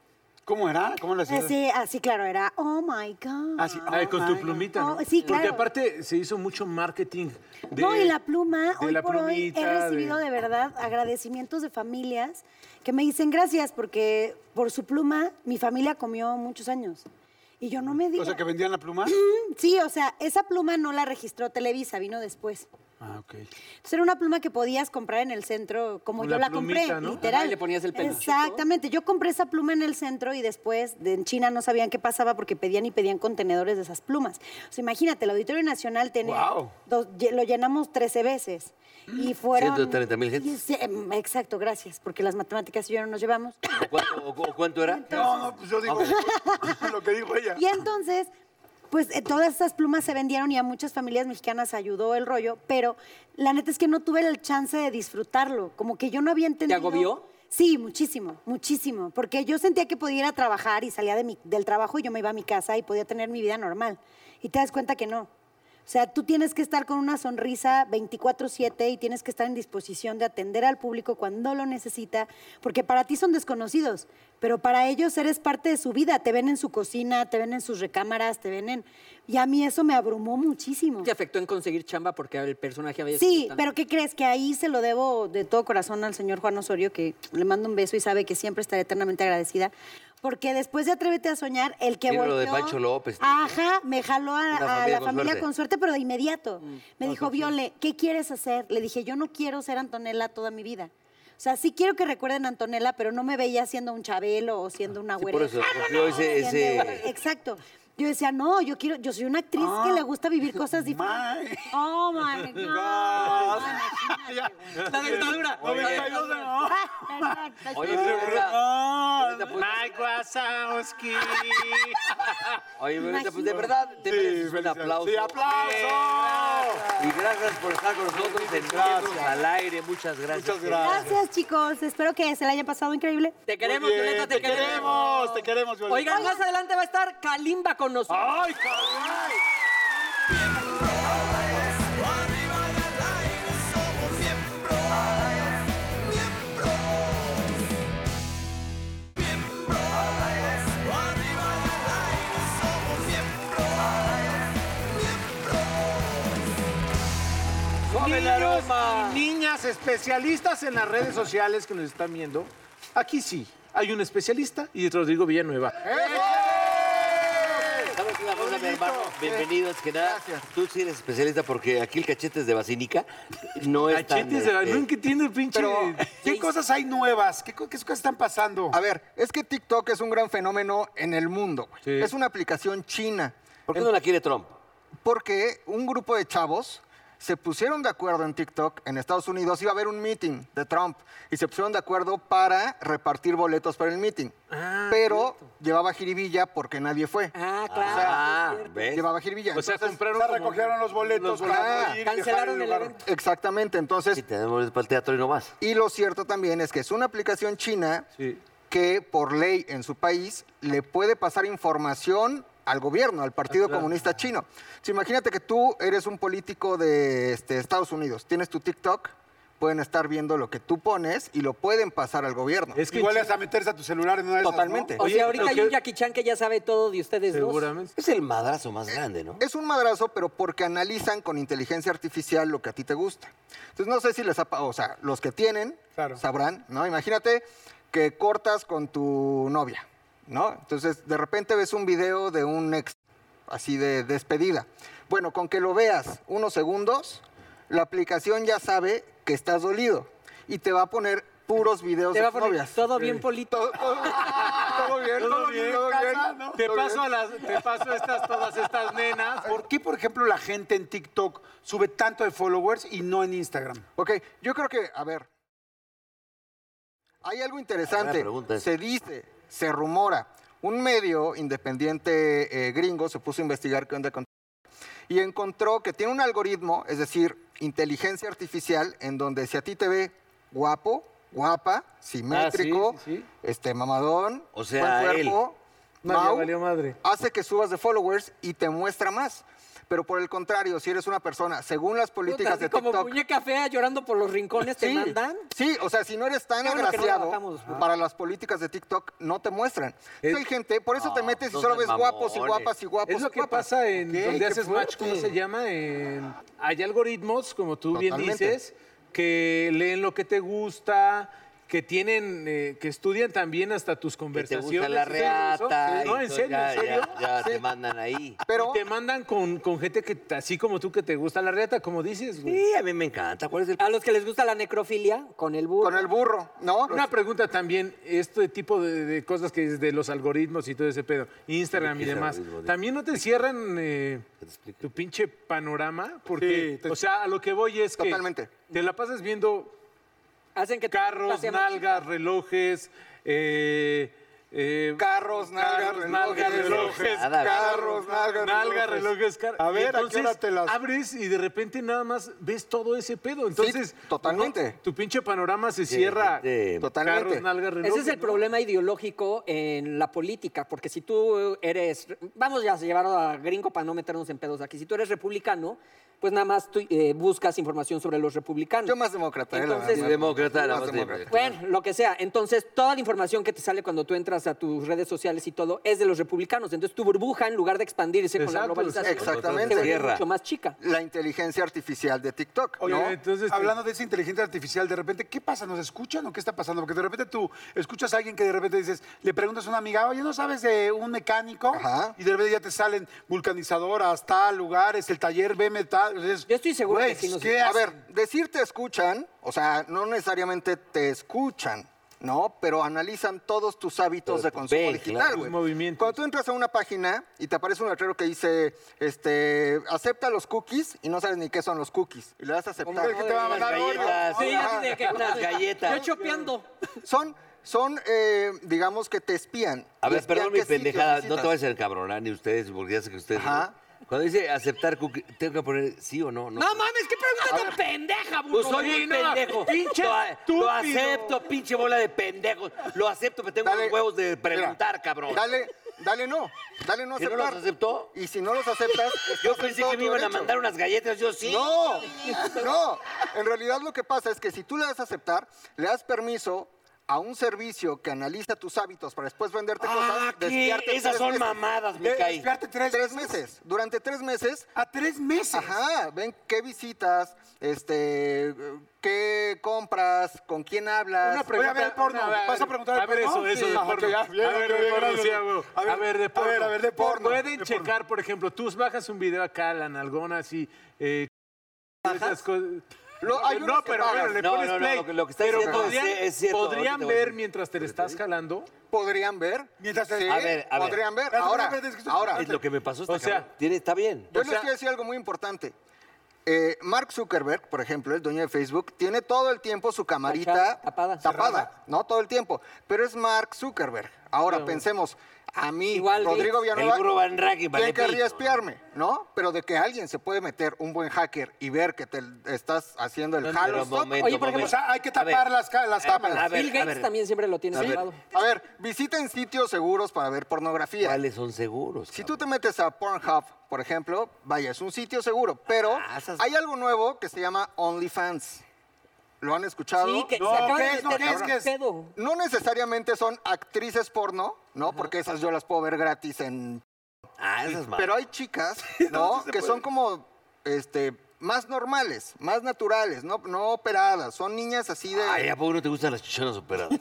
S4: ¿Cómo era? ¿Cómo
S5: Ah,
S4: lo hacías?
S5: Así, así, claro, era, oh my God.
S4: Así,
S2: Ay,
S4: oh
S2: con
S4: my
S2: tu
S4: God.
S2: plumita,
S5: Oh,
S2: ¿no?
S5: sí,
S2: Porque
S5: claro.
S2: aparte se hizo mucho marketing. de-
S5: no, y la pluma,
S2: de
S5: hoy
S2: la
S5: por hoy he
S2: plumita, de-
S5: recibido de... verdad agradecimientos de familias que me dicen gracias porque por su pluma mi familia comió muchos años. Y yo no me digo.
S4: O sea, que vendían la pluma.
S5: Sí, o sea, esa pluma no la registró Televisa, vino después.
S4: Ah, ok.
S5: Entonces Pues era una pluma que podías comprar en el centro, como
S2: Con
S5: yo
S2: la
S5: la,
S2: plumita,
S5: compré,
S2: ¿no?
S5: literal.
S1: Ajá, y le ponías el peluchito.
S5: Exactamente. Yo compré esa pluma en el centro y después de- en China no sabían qué pasaba porque pedían y pedían contenedores de esas plumas. O sea, imagínate, el Auditorio Nacional tenía.
S4: Guau.
S5: dos- lle- lo llenamos 13 veces.
S2: Mm.
S5: Y fueron...
S3: 130 mil gentes.
S5: Y sí, em, Exacto, gracias, porque las matemáticas y yo no nos llevamos.
S3: ¿O cuánto, o cu- o cuánto era?
S4: No, no, pues yo digo lo que dijo ella.
S5: Y entonces, pues eh, todas esas plumas se vendieron y a muchas familias mexicanas ayudó el rollo, pero la neta es que no tuve el chance de disfrutarlo, como que yo no había entendido.
S1: agobió?
S5: Sí, muchísimo, muchísimo, porque yo sentía que podía ir a trabajar y salía de mi- del trabajo y yo me iba a mi casa y podía tener mi vida normal. Y te das cuenta que no. O sea, tú tienes que estar con una sonrisa 24/7 y tienes que estar en disposición de atender al público cuando lo necesita, porque para ti son desconocidos, pero para ellos eres parte de su vida, te ven en su cocina, te ven en sus recámaras, te ven en... Y a mí eso me abrumó muchísimo.
S1: ¿Te afectó en conseguir chamba porque el personaje había sido
S5: Sí,
S1: tan-
S5: pero ¿qué crees? Que ahí se lo debo de todo corazón al señor Juan Osorio, que le mando un beso y sabe que siempre estaré eternamente agradecida. Porque después de Atrévete a Soñar, el que
S3: Vino
S5: volvió...
S3: lo de Pancho López, ¿no?
S5: Ajá, me jaló a,
S3: Una
S5: a
S3: familia
S5: la
S3: con
S5: familia
S3: suerte.
S5: con suerte, pero de inmediato. me dijo, Viole, ¿qué quieres hacer? Le dije, yo no quiero ser Antonella toda mi vida. O sea, sí quiero que recuerden a Antonella, pero no me veía siendo un Chabelo o siendo una
S3: Sí, por
S5: güera.
S3: eso, cogió ese-
S5: siendo-
S3: ese-
S5: Exacto. Yo decía, no, yo quiero, yo soy una actriz que le gusta vivir cosas diferentes. Oh my God. No, imagínate, güey.
S1: La dictadura.
S4: No, me cayó de- no.
S5: Ah, perdón.
S3: Oye, pero ahorita-
S4: Ah,
S3: ahorita, pues,
S2: Mike Wazowski.
S3: oye, ahorita, pues, de
S5: Imagínate.
S3: verdad, te mereces un
S4: felicidades.
S3: aplauso.
S4: Sí, aplauso.
S3: Y gracias por estar con nosotros en Viendo al aire. Muchas gracias.
S4: Muchas gracias.
S5: Gracias, chicos. Espero que se la hayan pasado increíble.
S1: Te queremos,
S4: Muy bien,
S1: Violeta, te,
S4: te queremos, te queremos, Violeta.
S1: Oigan, más adelante va a estar Kalimba con nosotros.
S4: ¡Ay, caray!
S1: Mueve el
S2: Niños
S1: aroma.
S2: y niñas especialistas en las redes sociales que nos están viendo. Aquí sí, hay un especialista y es Rodrigo Villanueva.
S3: ¿Sabes una cosa, mi hermano? Bienvenidos, que nada. Tú sí eres especialista porque aquí el cachete es de Basílica. No es tan,
S2: Cachetes de la...
S3: este,
S2: Nunca entiendo el pinche...
S6: Pero-
S4: ¿Qué cosas hay nuevas? ¿Qué, co- qué cosas están pasando?
S6: A ver, es que TikTok es un gran fenómeno en el mundo. güey.
S2: Sí.
S6: Es una aplicación china.
S3: ¿Por qué no la quiere Trump?
S6: Porque un grupo de chavos se pusieron de acuerdo en TikTok en Estados Unidos. Iba a haber un meeting de Trump y se pusieron de acuerdo para repartir boletos para el meeting.
S2: Ah,
S6: Pero llevaba jiribilla porque nadie fue.
S1: Ah,
S3: O
S1: claro.
S3: sea, ¿ves?
S6: Llevaba jiribilla.
S2: O sea,
S6: Entonces,
S2: compraron...
S4: Ya
S2: como-
S4: recogieron los boletos.
S6: boletos.
S4: para
S6: Ah,
S4: ir y
S1: cancelaron
S4: dejar
S1: el
S4: lugar.
S1: evento.
S6: exactamente. Entonces,
S3: Si tenemos para el teatro y no más.
S6: y lo cierto también es que es una aplicación china
S2: Sí.
S6: que por ley en su país le puede pasar información al gobierno, al Partido Comunista Chino. Entonces, imagínate que tú eres un político de este, Estados Unidos, tienes tu TikTok, pueden estar viendo lo que tú pones y lo pueden pasar al gobierno.
S2: Es que...
S4: Igual es a meterse a tu celular en una de esas, ¿no?
S6: Totalmente.
S1: O
S2: Oye,
S1: sea, ahorita
S2: lo
S1: hay
S2: que-
S1: un Jackie Chan que ya sabe todo de ustedes dos.
S2: Seguramente.
S3: Es el madrazo más grande, ¿no?
S6: Es un madrazo, pero porque analizan con inteligencia artificial lo que a ti te gusta. Entonces, no sé si les ha pa- o sea, los que tienen
S4: Claro.
S6: sabrán, ¿no? Imagínate que cortas con tu novia, ¿no? Entonces, de repente ves un video de un ex, así de despedida. Bueno, con que lo veas unos segundos, la aplicación ya sabe que estás dolido y te va a poner puros videos
S1: Te
S6: de
S1: va a
S6: tus
S1: poner
S6: novias.
S1: todo bien político.
S6: Todo, todo- todo bien, todo, bien, todo bien.
S2: Te paso, a las, te paso estas, todas estas nenas.
S4: ¿Por qué, por ejemplo, la gente en TikTok sube tanto de followers y no en Instagram?
S6: Ok, yo creo que, a ver. Hay algo interesante.
S3: Buena pregunta esa.
S6: Se dice, se rumora. Un medio independiente eh, gringo se puso a investigar qué onda con. Y encontró que tiene un algoritmo, es decir, inteligencia artificial, en donde si a ti te ve guapo, guapa, simétrico,
S2: Ah, sí, sí.
S6: este mamadón,
S3: O sea,
S6: buen
S3: él.
S6: cuerpo,
S2: No, ya valió madre.
S6: hace que subas de followers y te muestra más. Pero por el contrario, si eres una persona, según las
S1: Puta,
S6: políticas de
S1: así como
S6: TikTok,
S1: muñeca fea llorando por los rincones, te mandan.
S6: Sí, o sea, si no eres tan
S1: Qué bueno que no la
S6: agraciado,
S1: bajamos, ¿no?
S6: para las políticas de TikTok no te muestran.
S2: Es-
S6: Hay gente, por eso te
S3: No,
S6: metes
S3: no
S6: y solo
S3: sean
S6: ves guapos y
S3: mamones.
S6: guapas y guapos
S2: Es lo
S6: y
S2: que
S6: guapas.
S2: pasa en
S6: Ok,
S2: donde
S6: qué
S2: haces match, ¿cómo
S6: fuerte.
S2: se llama? En- hay algoritmos, como tú bien
S6: Totalmente.
S2: dices, que leen lo que te gusta, que tienen, eh, que estudian también hasta tus
S3: Que te
S2: conversaciones.
S3: gusta la
S2: ¿En serio eso?
S3: reata. y
S2: No, en
S3: todo,
S2: serio,
S3: ya,
S2: en serio.
S3: Ya, ya te mandan ahí.
S6: Pero
S2: Y te mandan con, con gente que, así como tú, que te gusta la reata, como dices, güey.
S3: Sí, a mí me encanta. ¿Cuál es el
S1: A los que les gusta la necrofilia, con el burro.
S6: con el burro, ¿no?
S2: Una pregunta también, este tipo de, de cosas que es de los algoritmos y todo ese pedo, Instagram y
S3: Ese
S2: demás,
S3: algoritmo, digo.
S2: ¿también no te cierran eh,
S3: ¿Qué te explica?
S2: tu pinche panorama? Porque,
S4: Sí, te-
S2: o sea, a lo que voy es que
S6: Totalmente.
S2: te la pasas viendo
S1: Hacen que
S2: carros,
S1: Hacemos-
S2: nalgas, relojes, eh, eh,
S6: Carros, nalgas, relojes,
S2: relojes,
S3: Nada,
S6: carros, nalgas,
S2: nalgas,
S6: relojes.
S2: relojes, car-
S4: A
S2: y
S4: ver, ¿a qué
S2: entonces
S4: hora te las-
S2: abres y de repente nada más ves todo ese pedo. Entonces,
S6: totalmente.
S2: ¿no? tu pinche panorama se
S3: Sí,
S2: cierra.
S3: gente-
S6: Totalmente.
S2: Carros, nalgas, relojes,
S1: Ese es el
S2: ¿no?
S1: problema ideológico en la política, porque si tú eres, vamos ya a llevarlo a gringo para no meternos en pedos aquí, si tú eres republicano, pues nada más tú, eh, buscas información sobre los republicanos.
S6: Yo más demócrata, eh, la
S1: Entonces-
S6: verdad.
S3: Demócrata, la
S6: Más
S3: más
S6: demócrata.
S3: demócrata.
S1: Bueno, lo que sea. Entonces, toda la información que te sale cuando tú entras a tus redes sociales y todo es de los republicanos. Entonces, tu burbuja, en lugar de expandirse con la
S2: Exacto,
S1: globalización,
S6: exactamente.
S1: se vuelve
S3: Cierra.
S1: mucho más chica.
S6: La inteligencia artificial de TikTok,
S4: Oye,
S6: ¿no?
S2: entonces-
S4: hablando de esa inteligencia artificial, de repente, ¿qué pasa? ¿Nos escuchan o qué está pasando? Porque de repente tú escuchas a alguien que de repente dices, le preguntas a una amiga, oye, ¿no sabes de un mecánico?
S6: Ajá.
S4: Y de repente ya te salen vulcanizadoras, tal, lugares, el taller, veme, tal. Dices,
S1: Yo estoy seguro
S4: "Güey,
S1: que sí nos-
S4: ¿qué
S6: Eh, A
S4: haces?".
S6: ver, decir te escuchan, o sea, no necesariamente te escuchan, ¿no? Pero analizan todos tus hábitos
S3: Pero
S6: de
S3: te
S6: consumo
S3: ven,
S6: digital,
S3: claro.
S6: güey.
S2: Tus movimientos.
S6: Cuando tú entras a una página y te aparece un letrero que dice, este, acepta los cookies y no sabes ni qué son los cookies. Y le das a aceptar.
S4: ¿Crees que te va a
S3: Unas
S4: mandar
S3: galletas.
S1: Sí,
S3: Ajá.
S1: así de que-
S3: Unas galletas.
S1: Yo chopeando.
S6: Son, son eh, digamos que te espían.
S3: A
S6: Y
S3: ver,
S6: espían
S3: perdón mi
S6: qué sitios
S3: pendejada, no
S6: visitas.
S3: te vayas a encabronar ni ustedes, porque ya sé que ustedes.
S6: Ajá.
S3: Cuando dice aceptar cookie, tengo que poner sí o no. No,
S1: No mames, qué pregunta tan pendeja, burro.
S3: Pues soy un
S2: no,
S3: pendejo.
S2: pinche
S3: lo, a- lo
S2: estúpido.
S3: acepto, pinche bola de pendejos. Lo acepto, pero tengo
S6: Dale.
S3: los huevos de preguntar,
S6: Mira,
S3: cabrón.
S6: Dale, dale no. Dale no
S3: ¿Que no
S6: aceptar.
S3: los aceptó?
S6: Y si no los aceptas,
S3: Yo
S6: estás en
S3: pensé
S6: todo
S3: que me
S6: tu
S3: iban a
S6: derecho.
S3: mandar unas galletas, yo sí.
S6: No, no. En realidad lo que pasa es que si tú le das a aceptar, le das permiso a un servicio que analiza tus hábitos para después venderte
S3: Ah,
S6: cosas.
S3: ¿qué?
S6: desviarte
S3: Esas
S6: tres
S3: son
S6: meses.
S3: mamadas, me
S4: Eh,
S3: caí.
S4: Espérate tres,
S6: Tres meses. Durante tres meses,
S4: A tres Ah, meses.
S6: ajá, ven qué visitas, este, qué compras, con quién hablas.
S2: Una
S4: Voy a ver el porno.
S2: una-
S4: ¿Vas a preguntar el
S2: A ver, eso,
S4: porno?
S2: eso,
S4: Sí.
S2: de
S4: Ah, ok,
S2: porno.
S4: ya,
S2: A
S4: bien,
S2: ver,
S4: ok,
S2: de
S4: bien,
S2: porno,
S4: gracias.
S2: sí, a huevo.
S4: A ver,
S2: A ver,
S4: a
S2: de porno.
S4: ver, a ver, de porno,
S2: Pueden
S4: de
S2: checar, por ejemplo, tú bajas un video acá, la nalgona, así. eh, esas cosas.
S6: Lo- hay unos
S2: no,
S6: que
S2: pero
S6: pagan.
S2: bueno, le
S3: No,
S2: pones
S3: no, no,
S2: play.
S3: lo que- lo que está
S2: pero
S3: diciendo es-
S2: podrían,
S3: es cierto, ahorita
S2: podrían
S3: te voy a
S2: ver
S3: decir.
S2: mientras te le estás jalando.
S6: Ah, Podrían ver.
S4: Mientras te-
S6: Sí,
S4: A
S3: ver, a ver.
S6: Podrían ver.
S4: Espérate,
S6: Ahora,
S4: espérate, es que estoy-
S6: ahora.
S3: Es lo que me pasó esta
S2: O sea,
S3: cabrón. Tiene- Está bien.
S6: Yo
S2: O sea-
S6: les quiero decir algo muy importante. Eh, Mark Zuckerberg, por ejemplo, el dueño de Facebook, tiene todo el tiempo su camarita
S1: Tachada, tapada.
S6: tapada, ¿no? Todo el tiempo. Pero es Mark Zuckerberg. Ahora pensemos, a mí,
S1: Igual
S6: Rodrigo
S1: Gates.
S6: Villanueva,
S3: El burro Van Ranking, vale
S6: ¿quién
S3: pito,
S6: querría espiarme? ¿No? Pero de que alguien se puede meter un buen hacker y ver que te estás haciendo el
S3: Pero
S6: halo stock.
S3: momento,
S1: Oye, por ejemplo,
S3: momento.
S4: O sea, ah, hay que
S3: A ver,
S4: tapar las, ca- las
S3: a ver,
S4: cámaras.
S3: a ver,
S1: Bill
S3: a
S1: Gates
S3: ver.
S1: también siempre lo tiene
S3: A ver.
S1: salvado.
S6: A ver, visiten sitios seguros para ver pornografía.
S3: ¿Cuáles son seguros?
S6: Si tú
S3: cabrón?
S6: te metes a Pornhub, por ejemplo, vaya, es un sitio seguro, pero
S3: Ah, esas-
S6: hay algo nuevo que se llama OnlyFans. ¿Lo han escuchado?
S1: Sí, que
S4: No,
S1: se acaba
S4: ¿qué
S1: de
S4: es? No,
S1: meter
S4: ¿qué es?
S1: un
S4: ¿qué es?
S1: pedo.
S6: No necesariamente son actrices porno, ¿no? Porque esas yo las puedo ver gratis en...
S3: Ah, esas malas.
S6: Pero hay chicas, ¿no? que son como, este, más normales, más naturales, no, no operadas. Son niñas así de...
S3: Ay, ¿a poco no te gustan las chichonas operadas?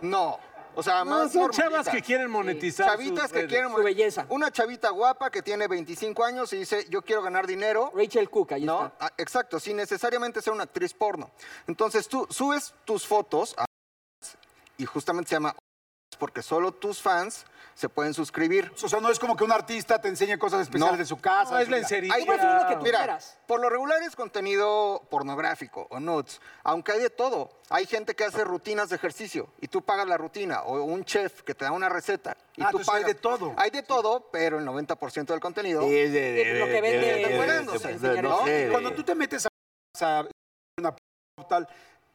S6: No, o sea,
S2: No,
S6: más
S2: son chavas
S6: normalitas.
S2: que quieren monetizar.
S6: Chavitas
S2: sus
S6: que
S2: redes.
S6: quieren...
S1: su belleza.
S6: Una chavita guapa que tiene 25 años y dice, yo quiero ganar dinero.
S1: Rachel Cook, ahí
S6: ¿no?
S1: está.
S6: Ah, Exacto, sin necesariamente ser una actriz porno. Entonces tú subes tus fotos a y justamente se llama porque solo tus fans se pueden suscribir.
S4: O sea, no es como que un artista te enseñe cosas especiales
S6: No.
S4: de su casa.
S2: No, es
S4: de su-
S2: lencería.
S6: Hay-
S1: Tú puedes subir lo que tú
S6: Mira,
S1: quieras.
S6: por lo regular es contenido pornográfico o nudes, aunque hay de todo. Hay gente que hace rutinas de ejercicio y tú pagas la rutina, o un chef que te da una receta y
S4: Ah,
S6: tú
S4: entonces hay
S6: pagas.
S4: de todo.
S6: Hay de todo, pero el 90% del contenido.
S3: Sí, es de- de-
S1: Lo que
S3: de-
S1: vende-
S3: de- de- de-
S6: Encuerándose,
S4: pues,
S3: de-
S1: ¿no?
S3: No sé.
S4: Cuando
S3: de-
S4: tú te metes a a una p- tal,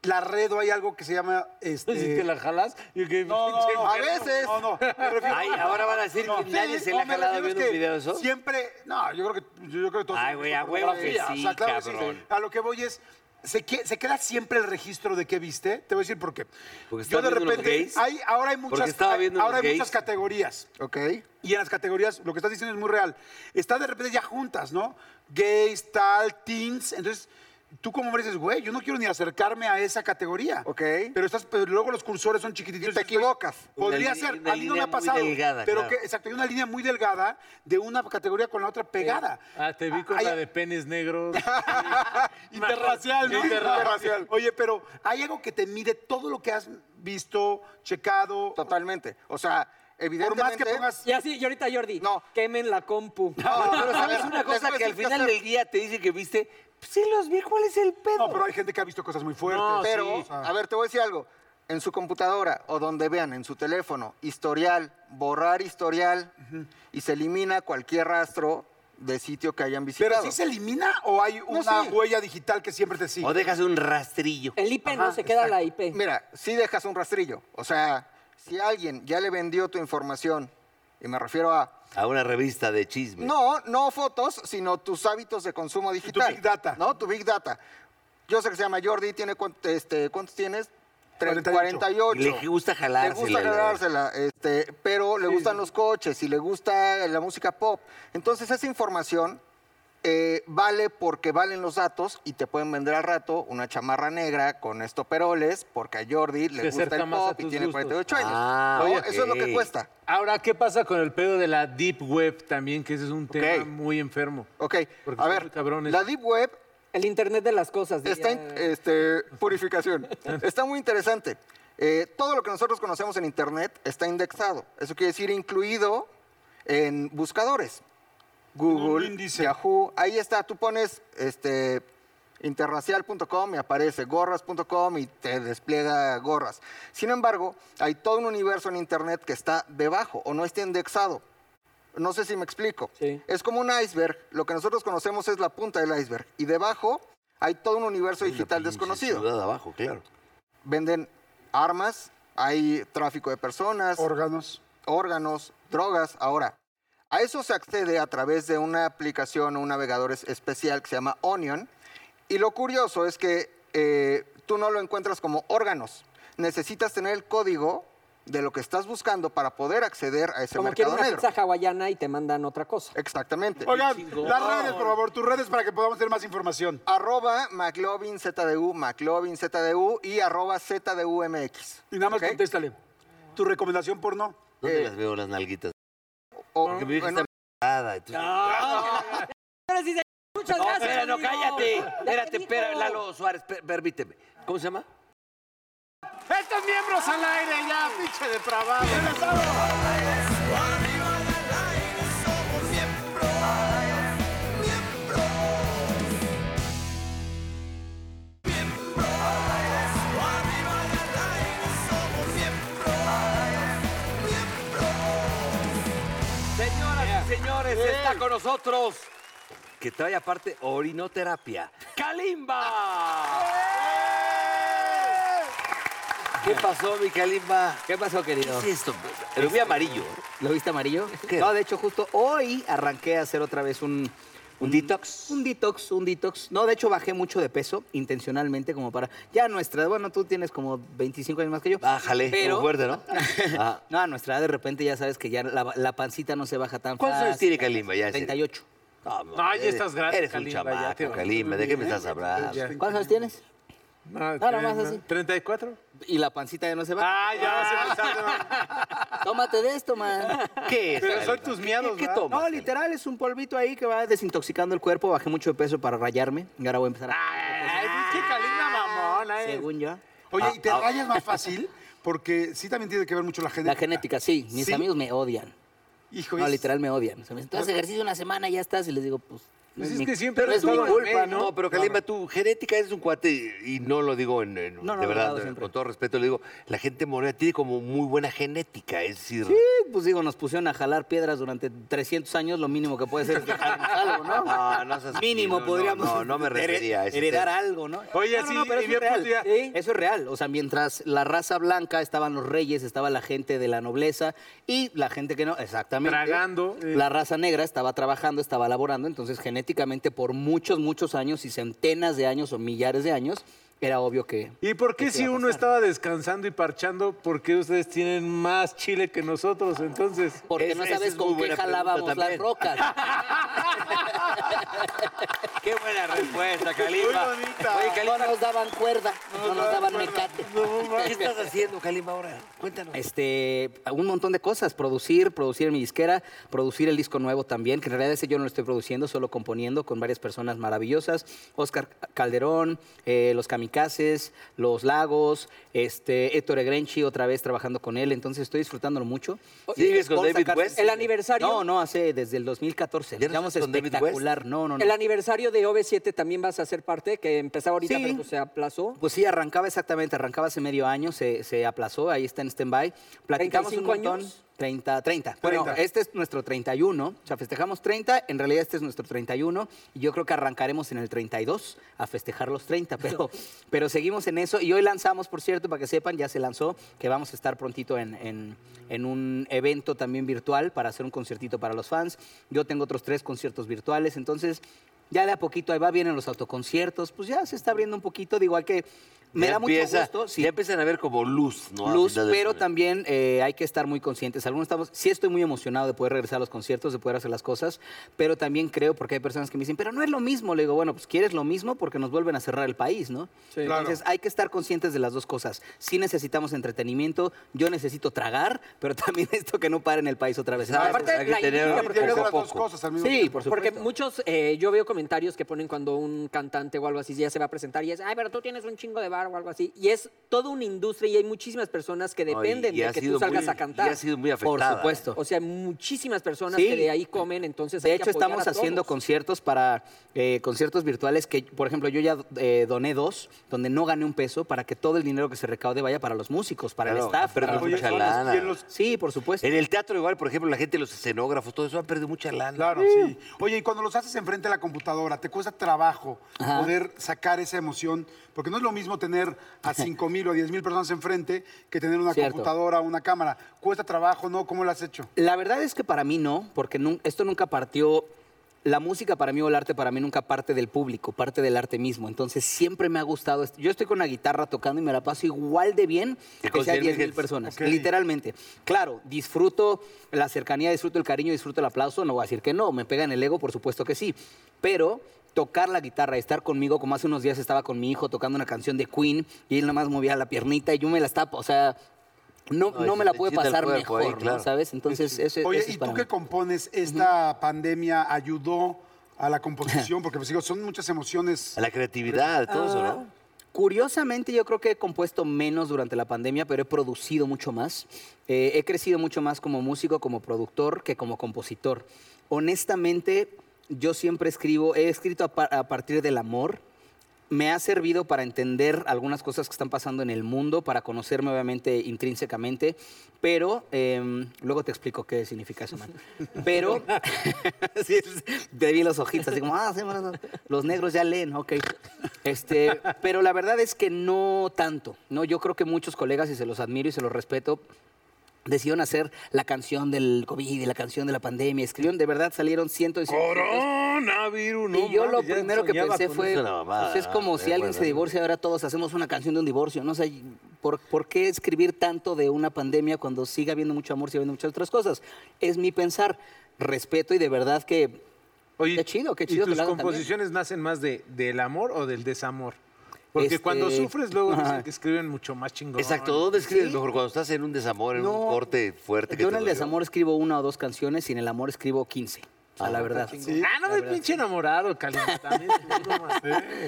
S4: la red o hay algo que se llama este.
S2: Si te la jalas, y que
S4: No, no, no,
S6: A
S4: no,
S6: veces.
S4: No, no. me refiero-
S3: Ay, ahora van a decir que nadie se le
S4: no,
S3: ha
S4: me
S3: jalado
S4: refiero es
S3: viendo un
S4: que
S3: video de eso.
S4: Siempre. No, yo creo que. Yo, yo creo que todos
S3: Ay,
S4: hemos
S3: güey,
S4: visto
S3: a huevo que
S4: pornografía.
S3: sí,
S4: que sí.
S3: cabrón.
S4: A lo que voy es. Se, que- se queda siempre el registro de qué viste. Te voy a decir por qué.
S3: Porque
S4: yo
S3: estaba
S4: de
S3: viendo unos
S4: repente.
S3: gays.
S4: Hay, ahora hay
S3: Porque
S4: muchas,
S3: estaba
S4: hay-
S3: viendo
S4: ahora
S3: unos
S4: hay muchas
S3: gays.
S4: categorías.
S6: ¿Ok?
S4: Y en las categorías, lo que estás diciendo es muy real. Está de repente ya juntas, ¿no? Gays, tal, teens. Entonces, Tú como hombre dices, güey, yo no quiero ni acercarme a esa categoría.
S6: Ok.
S4: Pero, estás, pero luego los cursores son chiquititos.
S6: Y te
S4: estoy-
S6: equivocas.
S4: Podría
S3: Una li-
S4: ser.
S3: una
S4: A mí no me
S3: línea
S4: ha
S3: muy
S4: pasado.
S3: delgada,
S4: pero
S3: claro.
S4: que, exacto, hay una línea muy delgada de una categoría con la otra pegada.
S2: Ah, te vi con
S4: Hay-
S2: la de penes negros.
S4: Interracial, ¿no?
S2: Interracial.
S4: Oye, pero hay algo que te mide todo lo que has visto, checado.
S6: Totalmente. O sea,
S4: Por
S6: evidentemente.
S4: más que pongas.
S1: Y así, y ahorita Jordi,
S6: No.
S1: quemen la compu.
S6: No,
S3: Pero sabes
S6: a ver,
S3: una cosa
S6: después
S3: que al
S6: tienes que
S3: final
S6: hacer-
S3: del día te dice que viste, pues sí los vi, ¿cuál es el pedo?
S4: No, pero hay gente que ha visto cosas muy fuertes.
S2: No,
S4: pero,
S6: Pero,
S2: sí.
S6: a ver, te voy a decir algo. En su computadora o donde vean, en su teléfono, historial, borrar historial y se elimina cualquier rastro de sitio que hayan visitado.
S4: ¿Pero sí se elimina o hay una
S6: sí.
S4: huella digital que siempre te sigue?
S3: O dejas un rastrillo.
S4: Eh,
S1: El IP no se queda la IP.
S6: Mira, si dejas un rastrillo. O sea, si alguien ya le vendió tu información, y me refiero a.
S3: A una revista de chisme.
S6: No, no fotos, sino tus hábitos de consumo digital.
S4: big data.
S6: No, tu big data. Yo sé que se llama Jordi, tiene cuan- este, ¿cuántos tienes? Tre-
S4: 48.
S3: Le gusta
S6: Le
S3: jalársela.
S6: gusta
S3: la-
S6: ganársela, este, pero le gustan los coches y le gusta la música pop. Entonces esa información eh, vale porque valen los datos y te pueden vender al rato una chamarra negra con estoperoles porque a Jordi le
S2: Se
S6: gusta
S2: acerca
S6: el
S2: más a
S6: pop y
S2: tus
S6: tiene
S2: gustos.
S6: 48 años.
S3: Ah,
S6: ¿no?
S3: ok.
S6: Eso es lo que cuesta.
S2: Ahora, ¿qué pasa con el pedo de la Deep Web también? Que ese es un tema
S6: Ok.
S2: muy enfermo.
S6: Ok,
S2: Porque
S6: a
S2: son
S6: ver,
S2: muy cabrones.
S6: la Deep Web
S1: El Internet de las cosas.
S6: Está
S1: diría.
S6: in- este, purificación. Está muy interesante. Eh, todo lo que nosotros conocemos en Internet está indexado. Eso quiere decir incluido en buscadores.
S4: En un
S6: Google,
S4: índice.
S6: Yahoo, ahí está. Tú pones este, interracial.com y aparece gorras.com y te despliega gorras. Sin embargo, hay todo un universo en Internet que está debajo o no está indexado. No sé si me explico.
S1: Sí.
S6: Es como un iceberg. Lo que nosotros conocemos es la punta del iceberg. Y debacho hay todo un universo
S3: Una
S6: digital
S3: pinche
S6: desconocido.
S3: ciudad abajo, claro.
S6: Venden armas, hay tráfico de personas,
S4: Órganos.
S6: órganos, drogas. Ahora, a eso se accede a través de una aplicación o un navegador es- especial que se llama Onion. Y lo curioso es que eh, tú no lo encuentras como órganos. Necesitas tener el código de lo que estás buscando para poder acceder a ese
S1: Como quiero
S6: mercado
S1: una
S6: negro.
S1: pizza hawaiana y te mandan otra cosa.
S6: Exactamente.
S4: Oigan, las redes, por favor, tus redes para que podamos tener más información.
S6: arroba McLovin ZDU, McLovin ZDU y arroba ZDUMX.
S4: Y nada más
S6: ¿Ok?
S4: contéstale. Tu recomendación porno.
S3: ¿Dónde
S6: Eh,
S3: las veo las nalguitas?
S6: O-
S3: Porque mi vieja
S6: bueno,
S3: está embarazada, entonces-
S1: Pero sí se- Muchas
S3: No,
S1: gracias.
S3: espera, no,
S1: amigo.
S3: cállate.
S1: Ya te
S3: Espérate,
S1: digo.
S3: espera, Lalo Suárez, per- permíteme. ¿Cómo se llama?
S2: ¡Estos miembros al aire ya, pinche depravado!
S3: Señoras y señores, está con nosotros. Eh. Que trae aparte orinoterapia. ¡Kalimba! ¿Qué pasó, mi Kalimba?
S7: ¿Qué pasó,
S3: ¿Qué
S7: querido?
S3: es esto? Lo vi amarillo.
S7: este, ¿Lo viste amarillo?
S3: ¿Qué?
S7: No, de hecho, justo hoy arranqué a hacer otra vez un... ¿Un
S3: detox?
S7: Un detox, un detox. No, de hecho, bajé mucho de peso intencionalmente como para... Ya a nuestra... edad, Bueno, tú tienes como 25 años más que yo.
S3: Bájale, pero
S7: Pero...
S3: fuerte, ¿no? Ah,
S7: No, a nuestra edad de repente ya sabes que ya la, la pancita no se baja tan
S3: ¿Cuántos años
S7: fácil.
S3: tiene Kalimba ya?
S7: 38.
S3: No,
S2: No, ya estás grande,
S3: Eres un
S2: Kalimba, ya te
S3: chamaco,
S2: va.
S3: Kalimba. ¿De qué me estás hablando?
S2: Ya.
S7: ¿Cuántos años tienes?
S2: No,
S7: Nada más así.
S2: ¿34?
S7: Y la pancita ya no se baja.
S2: Ah, ya, se empezaron.
S3: Ah.
S7: Tómate de esto, man.
S3: ¿Qué es?
S2: Pero son
S3: Kalimba?
S2: tus
S3: ¿Qué-
S2: miados,
S3: ¿Qué, qué
S2: ¿verdad?
S3: tomas?
S7: No, literal, es un polvito ahí que va desintoxicando el cuerpo. Bajé mucho de peso para rayarme. Y ahora voy a empezar a...
S2: Ay, pinche Kalimba
S3: Ah,
S2: mamona, eh.
S7: Según yo.
S4: Oye, ¿y te rayas más fácil? Porque sí también tiene que ver mucho ah. la genética.
S7: La genética, sí. Mis
S4: Sí.
S7: amigos me odian.
S4: Hijo,
S7: No,
S3: Pues
S4: es-
S7: literal me odian. Se me dicen, "Tú haces ejercicio una semana y ya estás. Y les digo, pues. no
S2: Pues
S7: es
S2: es
S7: mi-
S2: que siempre
S7: pero es mi
S2: estaba en el
S7: culpa,
S2: medio,
S7: ¿no?
S3: No, pero Kalimba, tu genética es un cuate y, y no lo digo en, en-
S7: No, no,
S3: de verdad,
S7: no, no, siempre.
S3: con todo respeto le digo, la gente morena tiene como muy buena genética, es decir,
S7: Sí, pues digo, nos pusieron a jalar piedras durante 300 años. Lo mínimo que puede ser es que jalemos algo, ¿no?
S3: No, Ah, no seas-
S7: Mínimo
S3: no, no,
S7: podríamos.
S3: no, no me
S7: hered-
S3: refería a ese
S7: Heredar
S3: tema.
S7: algo, ¿no?
S2: Oye,
S7: No, no,
S2: sí,
S7: no, pero
S2: y
S7: eso
S2: bien
S7: es real.
S2: podría-
S7: Sí. Eso es real. O sea, mientras la raza blanca estaban los reyes, estaba la gente de la nobleza y la gente que no, exactamente.
S2: Tragando, eh.
S7: La raza negra estaba trabajando, estaba laborando. Entonces, genéticamente, por muchos, muchos años y centenas de años o millares de años, era obvio que.
S2: ¿Y por qué si uno estaba descansando y parchando, por qué ustedes tienen más chile que nosotros entonces?
S7: Porque
S3: Esa-
S7: no
S3: esa
S7: sabes
S3: es muy
S7: con qué
S3: buena pregunta
S7: jalábamos las
S3: también.
S7: rocas.
S3: Qué buena respuesta, Kalimba.
S2: Muy bonita.
S3: Oye,
S7: No
S3: Kalimba,
S7: nos daban cuerda, no nos daban mecate.
S3: ¿qué estás haciendo, Kalimba, ahora? Cuéntanos.
S7: Este, un montón de cosas, producir, producir en mi disquera, producir el disco nuevo también, que en realidad ese yo no lo estoy produciendo, solo componiendo con varias personas maravillosas, Oscar Calderón, eh, los Kamikazes, los Lagos, este, Héctor Egrenchi otra vez trabajando con él, entonces estoy disfrutándolo mucho.
S3: ¿Sigues con
S7: Por
S3: David
S7: sacar-
S3: West?
S1: El aniversario-
S7: No, no, hace desde el 2014.
S3: ¿Ya no
S7: Estamos
S3: estás con David West?
S7: espectacular, no, no, no.
S1: El aniversario de OV7 también vas a ser parte, que empezaba ahorita,
S7: Sí.
S1: pero pues se aplazó.
S7: Pues sí, arrancaba exactamente, arrancaba hace medio año, se, se aplazó, ahí está en stand-by. Platicamos un
S1: 35
S7: montón.
S1: años.
S7: 30, 30. Bueno,
S2: 30.
S7: este es nuestro 31, o sea, festejamos 30, en realidad este es nuestro 31, y yo creo que arrancaremos en el 32 a festejar los 30, pero, pero seguimos en eso, y hoy lanzamos, por cierto, para que sepan, ya se lanzó, que vamos a estar prontito en, en- en un evento también virtual para hacer un conciertito para los fans, yo tengo otros tres conciertos virtuales, entonces... Ya de a poquito ahí va, vienen los autoconciertos, pues ya se está abriendo un poquito, digo, hay que... Me
S3: Ya
S7: da
S3: empieza-
S7: mucho gusto. sí
S3: Ya empiezan a ver como luz, ¿no? A
S7: luz,
S3: mitad del
S7: pero
S3: túnel.
S7: también eh, hay que estar muy conscientes. Algunos estamos, sí estoy muy emocionado de poder regresar a los conciertos, de poder hacer las cosas, pero también creo, porque hay personas que me dicen, pero no es lo mismo. Le digo, bueno, pues quieres lo mismo porque nos vuelven a cerrar el país, ¿no? Entonces hay que estar conscientes de las dos cosas. Sí necesitamos entretenimiento, yo necesito tragar, pero también esto que no pare en el país otra vez.
S3: Exacto,
S7: Entonces,
S1: aparte,
S3: hay pues, que
S1: la
S3: tener
S1: industria,
S4: Tiene que haber
S3: poco a
S4: las dos
S3: poco.
S4: cosas al mismo
S7: sí,
S4: tiempo.
S7: por
S1: Porque
S7: supuesto.
S1: muchos, eh, yo veo comentarios que ponen cuando un cantante o algo así ya se va a presentar y es, ay, pero tú tienes un chingo de bar o algo así. Y es toda una industria y hay muchísimas personas que
S3: No, y-
S1: dependen
S3: y ha
S1: de que
S3: sido
S1: tú salgas
S3: muy-
S1: a cantar.
S3: Y ha sido muy
S7: Por
S3: afectada.
S7: supuesto.
S1: O sea, muchísimas personas
S7: Sí.
S1: que de ahí comen, entonces
S7: De
S1: hay que
S7: hecho,
S1: apoyar
S7: estamos
S1: a todos.
S7: haciendo conciertos para eh, conciertos virtuales que, por ejemplo, yo ya eh, doné dos, donde no gané un peso para que todo el dinero que se recaude vaya para los músicos, para el
S3: Claro,
S7: staff.
S3: pero
S7: para los
S3: oye,
S7: músicos.
S3: mucha lana.
S7: Sí, por supuesto.
S3: En el teatro igual, por ejemplo, la gente, los escenógrafos, todo eso han perdido mucha lana.
S4: Claro, sí. Oye, y cuando los haces enfrente a la computadora, ¿te cuesta trabajo
S7: Ajá.
S4: poder sacar esa emoción? Porque no es lo mismo tener a 5 mil o 10 mil personas enfrente que tener una
S7: Cierto.
S4: computadora, una cámara. ¿Cuesta trabajo, no? ¿Cómo lo has hecho?
S7: La verdad es que para mí no, porque nun- esto nunca partió. La música para mí o el arte para mí nunca parte del público, parte del arte mismo. Entonces siempre me ha gustado. esto. Yo estoy con la guitarra tocando y me la paso igual de bien
S3: Que
S7: que
S3: con
S7: sea
S3: 100,000
S7: 10 mil
S3: gentes.
S7: personas,
S4: Ok.
S7: literalmente. Claro, disfruto la cercanía, disfruto el cariño, disfruto el aplauso. No voy a decir que no, me pega en el ego, por supuesto que sí. Pero tocar la guitarra, estar conmigo, como hace unos días estaba con mi hijo tocando una canción de Queen y él nomás movía la piernita y yo me la estaba, o sea, no,
S3: No,
S7: no
S3: y
S7: me
S3: se
S7: la
S3: te
S7: puede
S3: excita el
S7: pasar
S3: cuerpo
S7: mejor,
S3: ahí,
S7: ¿no?
S3: claro.
S7: ¿sabes? Entonces, ese,
S4: Oye,
S7: ese es
S4: ¿y
S7: para
S4: tú que
S7: mí.
S4: compones? ¿Esta pandemia ayudó a la composición? Porque pues, digo, son muchas emociones.
S3: A la creatividad, todo eso,
S7: Ah.
S3: ¿no?
S7: Curiosamente, yo creo que he compuesto menos durante la pandemia, pero he producido mucho más. Eh, he crecido mucho más como músico, como productor, que como compositor. Honestamente, yo siempre escribo, he escrito a, par- a partir del amor. Me ha servido para entender algunas cosas que están pasando en el mundo, para conocerme obviamente intrínsecamente, pero em, luego te explico qué significa eso, man. Pero sí, es- te vi los ojitos, así como, ah, sí, bueno, no, los negros ya leen, ok. Este, pero la verdad es que no tanto, ¿no? Yo creo que muchos colegas, y se los admiro y se los respeto, decidieron hacer la canción del COVID y la canción de la pandemia. Escribieron, de verdad salieron cientos y cientos. de canciones.
S2: Coronavirus, no
S7: y yo lo
S2: mames, ya
S7: primero que
S2: soñaba
S7: pensé
S2: con
S7: fue,
S3: eso. Es una mamada,
S7: pues, es como
S2: eh,
S3: de
S7: si alguien
S3: acuerdo.
S7: se divorcia, ahora todos hacemos una canción de un divorcio, ¿no? O sea, y- ¿por, por qué escribir tanto de una pandemia cuando sigue habiendo mucho amor, sigue habiendo muchas otras cosas? Es mi pensar, respeto y de verdad que...
S2: Oye,
S7: qué chido, qué
S2: ¿Y
S7: chido que
S2: tus
S7: lo hagan también.
S2: composiciones nacen más de, del amor o del desamor? Porque
S7: Este-
S2: cuando sufres luego dicen
S7: Ajá.
S2: que escriben mucho más chingón.
S3: Exacto, ¿dónde escribes mejor? Cuando estás en un desamor, en un corte fuerte. que
S7: Yo
S3: te
S7: en el
S3: dolió.
S7: desamor escribo una o dos canciones y en el amor escribo 15. O sea, la verdad.
S2: Ah, no me pinche enamorado, Calima. También tú, no más.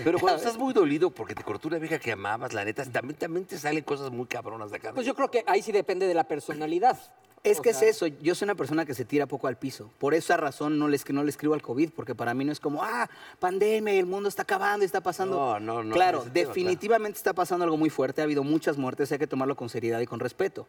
S3: Pero cuando estás muy dolido porque te cortó una vieja que amabas, la neta, también, también te salen cosas muy cabronas de acá.
S1: Pues yo creo que ahí sí depende de la personalidad.
S7: Es
S1: O
S7: que
S1: sea,
S7: es eso, yo soy una persona que se tira poco al piso. Por esa razón no le, escri- no le escribo al COVID, porque para mí no es como, ah, pandemia, el mundo está acabando, está pasando.
S3: No, no, no,
S7: Claro,
S3: ese tema,
S7: definitivamente está pasando algo muy fuerte, ha habido muchas muertes, hay que tomarlo con seriedad y con respeto.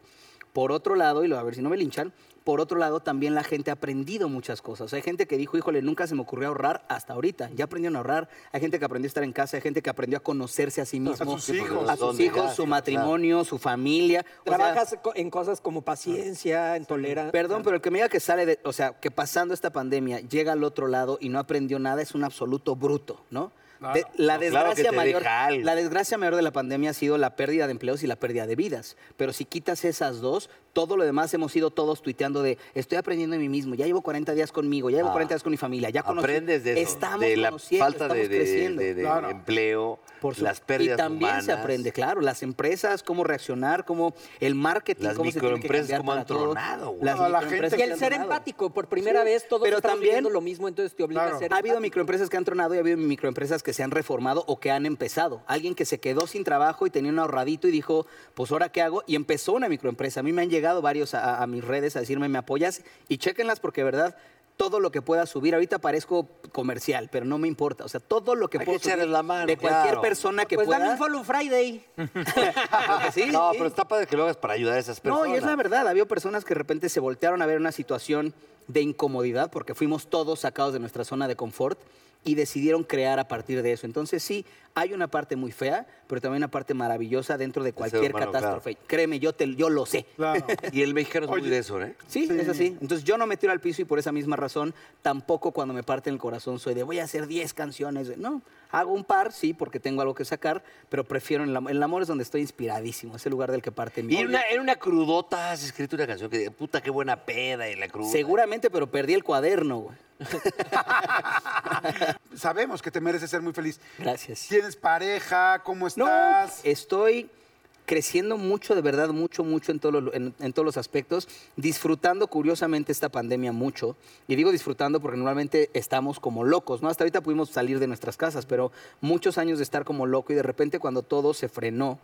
S7: Por otro lado, y lo- a ver si no me linchan, por otro lado también la gente ha aprendido muchas cosas. Hay gente que dijo, híjole, nunca se me ocurrió ahorrar hasta ahorita. Ya aprendieron a ahorrar, hay gente que aprendió a estar en casa, hay gente que aprendió a conocerse a sí mismo.
S4: sus hijos.
S7: A sus
S3: ¿Dónde?
S7: hijos,
S3: Ya, sí,
S7: su
S3: claro.
S7: matrimonio, su familia. O sea, Ah,
S1: Trabajas co- en cosas como paciencia, en tolerancia.
S7: Perdón, pero el que me diga que sale de, o sea, que pasando esta pandemia llega al otro lado y no aprendió nada es un absoluto bruto, ¿no? De- la,
S3: No, claro que
S7: desgracia
S3: te
S7: mayor,
S3: deja algo.
S7: la desgracia mayor de la pandemia ha sido la pérdida de empleos y la pérdida de vidas. Pero si quitas esas dos, todo lo demás hemos ido todos tuiteando de estoy aprendiendo de mí mismo, ya llevo 40 días conmigo, ya llevo
S3: Ah.
S7: 40 días con mi familia, ya conocí.
S3: Aprendes de eso,
S7: Estamos
S3: de la
S7: conociendo,
S3: falta de,
S7: estamos
S3: de-
S7: creciendo.
S3: de- de
S4: Claro.
S3: empleo,
S7: Por su-
S3: las pérdidas
S7: Y también se
S3: humanas,
S7: aprende, claro, las empresas, cómo reaccionar, cómo el marketing,
S3: Las
S7: cómo se tiene que
S3: microempresas,
S7: cambiar
S3: cómo han
S7: para todo.
S3: tronado, güey.
S7: Las
S4: No, la gente
S7: microempresas
S4: que
S1: Y
S7: que
S1: el
S7: han
S1: ser
S7: tronado.
S1: empático, por primera vez todos
S7: Pero
S1: estamos
S7: también-
S1: viviendo lo mismo, entonces te obliga
S4: Claro.
S1: a ser
S7: Ha habido
S1: empático.
S7: microempresas que han tronado y ha habido microempresas que se han reformado o que han empezado. Alguien que se quedó sin trabajo y tenía un ahorradito y dijo, pues ahora qué hago, y empezó una microempresa. A mí me han llegado varios a, a mis redes a decirme, ¿me apoyas? Y chéquenlas porque, de verdad, todo lo que pueda subir, ahorita parezco comercial, pero no me importa. O sea, todo lo que
S3: Hay
S7: puedo
S3: que echarles
S7: subir
S3: la mano,
S7: de cualquier
S3: claro.
S7: persona que
S1: Pues dame
S7: pueda.
S1: un follow Friday.
S7: porque sí,
S3: no,
S7: sí.
S3: pero está padre que lo hagas para ayudar a esas personas.
S7: No, y es la verdad. Había personas que de repente se voltearon a ver una situación de incomodidad porque fuimos todos sacados de nuestra zona de confort y decidieron crear a partir de eso. Entonces sí, hay una parte muy fea, pero también una parte maravillosa dentro de cualquier
S3: humano,
S7: catástrofe. Créeme, yo, te, yo lo sé.
S4: Claro.
S3: Y el mexicano es muy de eso, ¿eh?
S7: Sí, es así. Entonces yo no me tiro al piso y por esa misma razón tampoco cuando me parte el corazón soy de voy a hacer 10 canciones. No, hago un par, sí, porque tengo algo que sacar, pero prefiero en el, am- el amor es donde estoy inspiradísimo, es el lugar del que parte mi
S3: Y en una, en una crudota has escrito una canción que diga, puta, qué buena peda y la cruda.
S7: Seguramente, pero perdí el cuaderno, güey.
S4: Sabemos que te mereces ser muy feliz.
S7: Gracias.
S4: ¿Tienes pareja? ¿Cómo
S7: No, eh.
S4: estás?
S7: estoy creciendo mucho, de verdad, mucho, mucho en, todos los- en- en todos los aspectos, disfrutando curiosamente esta pandemia mucho. Y digo disfrutando porque normalmente estamos como locos, ¿no? Hasta ahorita pudimos salir de nuestras casas, pero muchos años de estar como loco y de repente cuando todo se frenó,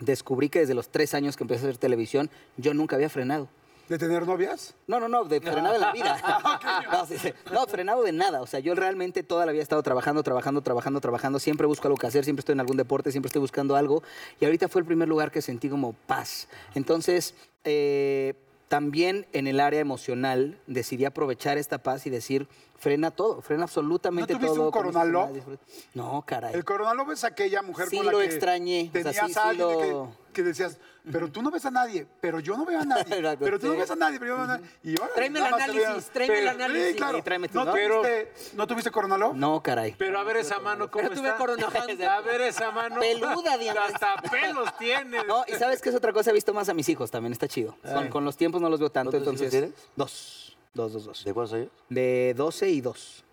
S7: descubrí que desde los tres años que empecé a hacer televisión, yo nunca había frenado.
S4: ¿De tener novias?
S7: No, no, no, de frenado de la vida.
S4: Ah,
S7: no, sí, sí. No, frenado de nada. O sea, yo realmente toda la vida he estado trabajando, trabajando, trabajando, trabajando. Siempre busco algo que hacer, siempre estoy en algún deporte, siempre estoy buscando algo. Y ahorita fue el primer lugar que sentí como paz. Entonces, eh, también en el área emocional decidí aprovechar esta paz y decir, frena todo, frena absolutamente
S4: ¿No tuviste
S7: todo.
S4: un
S7: ¿Cómo se
S4: coronaló?
S7: llama? Disfruta. No, caray.
S4: El coronalobo es aquella mujer
S7: Sí
S4: con la
S7: lo
S4: que
S7: extrañé, o sea,
S4: tenías
S7: sí, sí
S4: a alguien de
S7: lo-
S4: que, que decías, pero tú no ves a nadie, pero yo no veo a nadie,
S7: Era algo
S4: pero tú no
S7: así.
S4: ves a nadie, pero yo no veo a nadie. Y ahora
S1: Tráeme el
S4: nada más te
S1: análisis,
S4: veas.
S1: tráeme el
S4: Pero-
S1: análisis.
S4: Sí, claro.
S7: Y tráeme tu
S4: ¿No,
S7: nombre.
S4: tuviste, ¿No tuviste coronalobo?
S7: No, caray.
S2: Pero a ver esa mano, ¿cómo
S1: Pero tuve
S2: está?
S1: coronavante.
S2: A ver esa mano.
S7: Peluda, Diana.
S2: Hasta pelos tiene.
S7: No, y sabes que es otra cosa, he visto más a mis hijos también, está chido. Con, con los tiempos no los veo tanto,
S3: ¿Cuántos hijos
S7: entonces.
S3: tienes?
S7: Dos. Dos, dos, dos.
S3: ¿De cuántos años?
S7: De 12 y 2.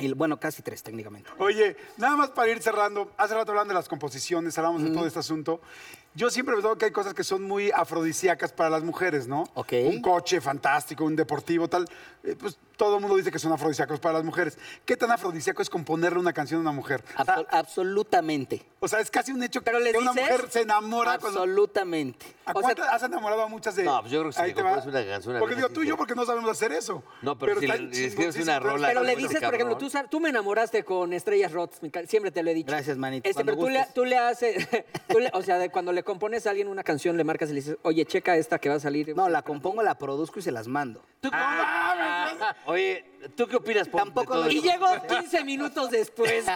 S7: Y, bueno, casi 3 técnicamente.
S4: Oye, nada más para ir cerrando, hace rato hablando de las composiciones, hablamos de todo este asunto. Yo siempre veo que hay cosas que son muy afrodisíacas para las mujeres, ¿no?
S7: Ok.
S4: Un coche fantástico, un deportivo, tal. Eh, pues todo el mundo dice que son afrodisíacos para las mujeres. ¿Qué tan afrodisíaco es componerle una canción a una mujer? O sea,
S7: Abso- absolutamente.
S4: o sea, es casi un hecho que
S1: ¿Pero les
S4: una
S1: dices?
S4: mujer se enamora cuando...
S7: Absolutamente.
S4: ¿A cuántas has enamorado a muchas de.?
S3: No, pues yo creo que si
S4: Ahí
S3: le
S4: te va.
S3: compones una canción a
S4: Porque
S3: alguien
S4: digo
S3: así
S4: tú y
S3: que-
S4: yo, porque no sabemos hacer eso.
S3: No, pero si
S4: está
S3: le- le escribes una
S4: chingoncísimo, pero-
S3: rola-
S1: Pero le
S3: Este
S1: dices, por ejemplo,
S3: cabrón.
S1: tú, sab- tú me enamoraste con Estrellas Roth, mi ca- siempre te lo he dicho.
S7: Gracias, manito,
S1: Este,
S7: cuando
S1: pero tú le,
S7: gustes.
S1: tú le haces, tú le- o sea, de cuando le compones a alguien una canción, le marcas y le dices, oye, checa esta que va a salir.
S7: No, la compongo, la produzco y se las mando.
S3: Oye, ¿tú qué opinas? Pon, de
S7: Tampoco
S3: todo
S7: lo-
S1: y
S3: esto?
S1: llego 15 minutos después.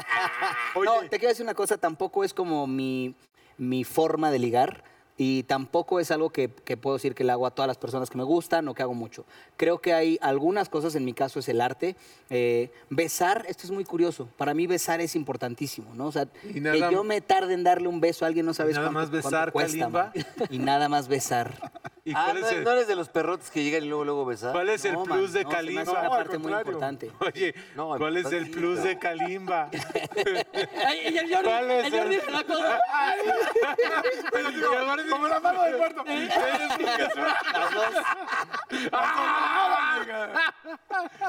S7: No, te quiero decir una cosa, tampoco es como mi, mi forma de ligar y tampoco es algo que, que puedo decir que le hago a todas las personas que me gustan o que hago mucho. Creo que hay algunas cosas, en mi caso es el arte. Eh, besar, esto es muy curioso, para mí besar es importantísimo, ¿no? O sea,
S2: Y nada-
S7: que yo me tarde en darle un beso a alguien, no sabes
S2: nada
S7: cuánto-
S2: más
S7: cuánto
S2: besar,
S7: cuesta,
S2: Kalimba.
S7: man. Y nada más besar.
S2: ¿Y
S3: Ah,
S2: cuál
S3: ¿no,
S2: es el,
S3: no eres de los perrotes que llegan y luego, luego besan?
S2: cuál es el
S7: No, man,
S2: plus de
S7: no, se me
S2: Kalimba?
S7: hace una
S4: No, al
S7: parte muy
S4: contrario.
S7: importante.
S2: Oye,
S3: No, al
S2: ¿cuál es el
S3: contrario.
S2: plus de Kalimba?
S1: Ay, y el Jordi,
S2: ¿Cuál es
S1: el Jordi
S2: el-
S1: me la cosa.
S4: Pero digo, Como la mano del muerto.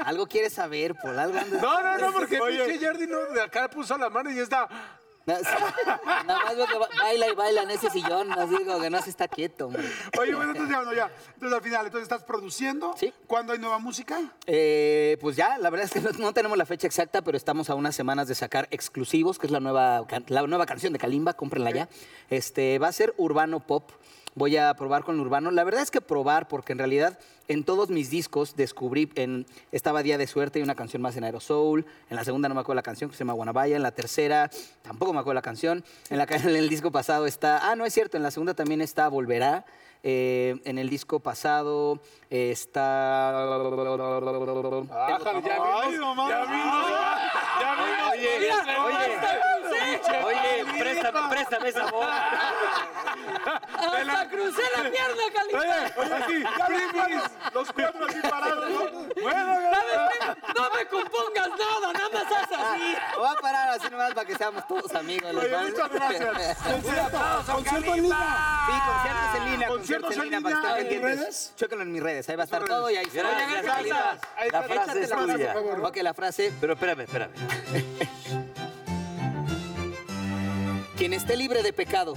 S7: Algo quieres saber, por algo andas-
S2: No, no, no, porque
S4: Oye.
S2: pinche Jordi no, de acá puso la mano y está.
S7: No, sí. Nada más veo que ba- baila y baila en ese sillón. No digo que no se está quieto. man.
S4: Oye, bueno, entonces ya, bueno, ya. Entonces al final, entonces estás produciendo.
S7: Sí.
S4: ¿Cuándo hay nueva música?
S7: Eh, pues ya, la verdad es que no, no tenemos la fecha exacta, pero estamos a unas semanas de sacar exclusivos, que es la nueva, can- la nueva canción de Kalimba, cómprenla ya. Este, va a ser Urbano Pop. Voy a probar con el Urbano. La verdad es que probar, porque en realidad en todos mis discos descubrí, en, estaba Día de Suerte y una canción más en Aerosoul, en la segunda no me acuerdo la canción que se llama Guanabaya, en la tercera tampoco me acuerdo la canción, en, la, ca- en el disco pasado está, ah, no es cierto, en la segunda también está Volverá, eh, en el disco pasado eh, está...
S2: Ájale, ya vimos,
S4: Ay, no mames.
S2: ya vimos, ya vimos.
S3: Oye, oye, oye, préstame, préstame esa voz.
S1: ¡Hasta crucé la pierna, Calixto!
S2: Oye, oye, sí, primis, los cuatro aquí parados, ¿no? Bueno,
S1: ¿Sabes qué? ¡No me compongas nada! ¡Nada más haz así!
S7: Ah, Voy a parar así nomás para que seamos todos amigos. ¿les
S4: Oye,
S7: parece?
S4: muchas gracias.
S3: aplauso,
S4: Concierto en línea.
S7: Sí, conciertos en línea,
S4: Conciertos
S7: conciertos en
S4: en
S7: línea, para que
S4: línea,
S7: estén
S4: ¿en
S7: pendientes.
S4: redes?
S7: Chéquenlo en mis redes, ahí va a estar todo y ahí se va.
S3: Gracias, Calixto.
S2: Ahí
S3: La
S2: está,
S3: frase es
S7: Échatela,
S3: tuya.
S7: por favor. Ok, la frase.
S3: Pero espérame, espérame.
S7: Quien esté libre de pecado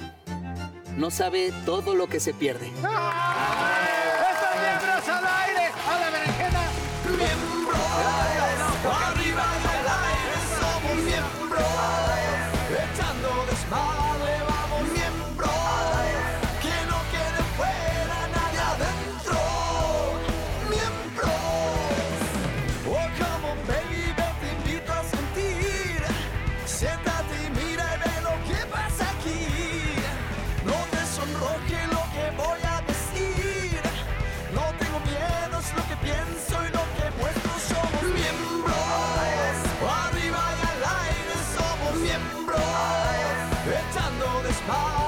S7: no sabe todo lo que se pierde.
S2: ¡Estas miembros al aire! ¡A la berenjena!
S8: Echando desmadre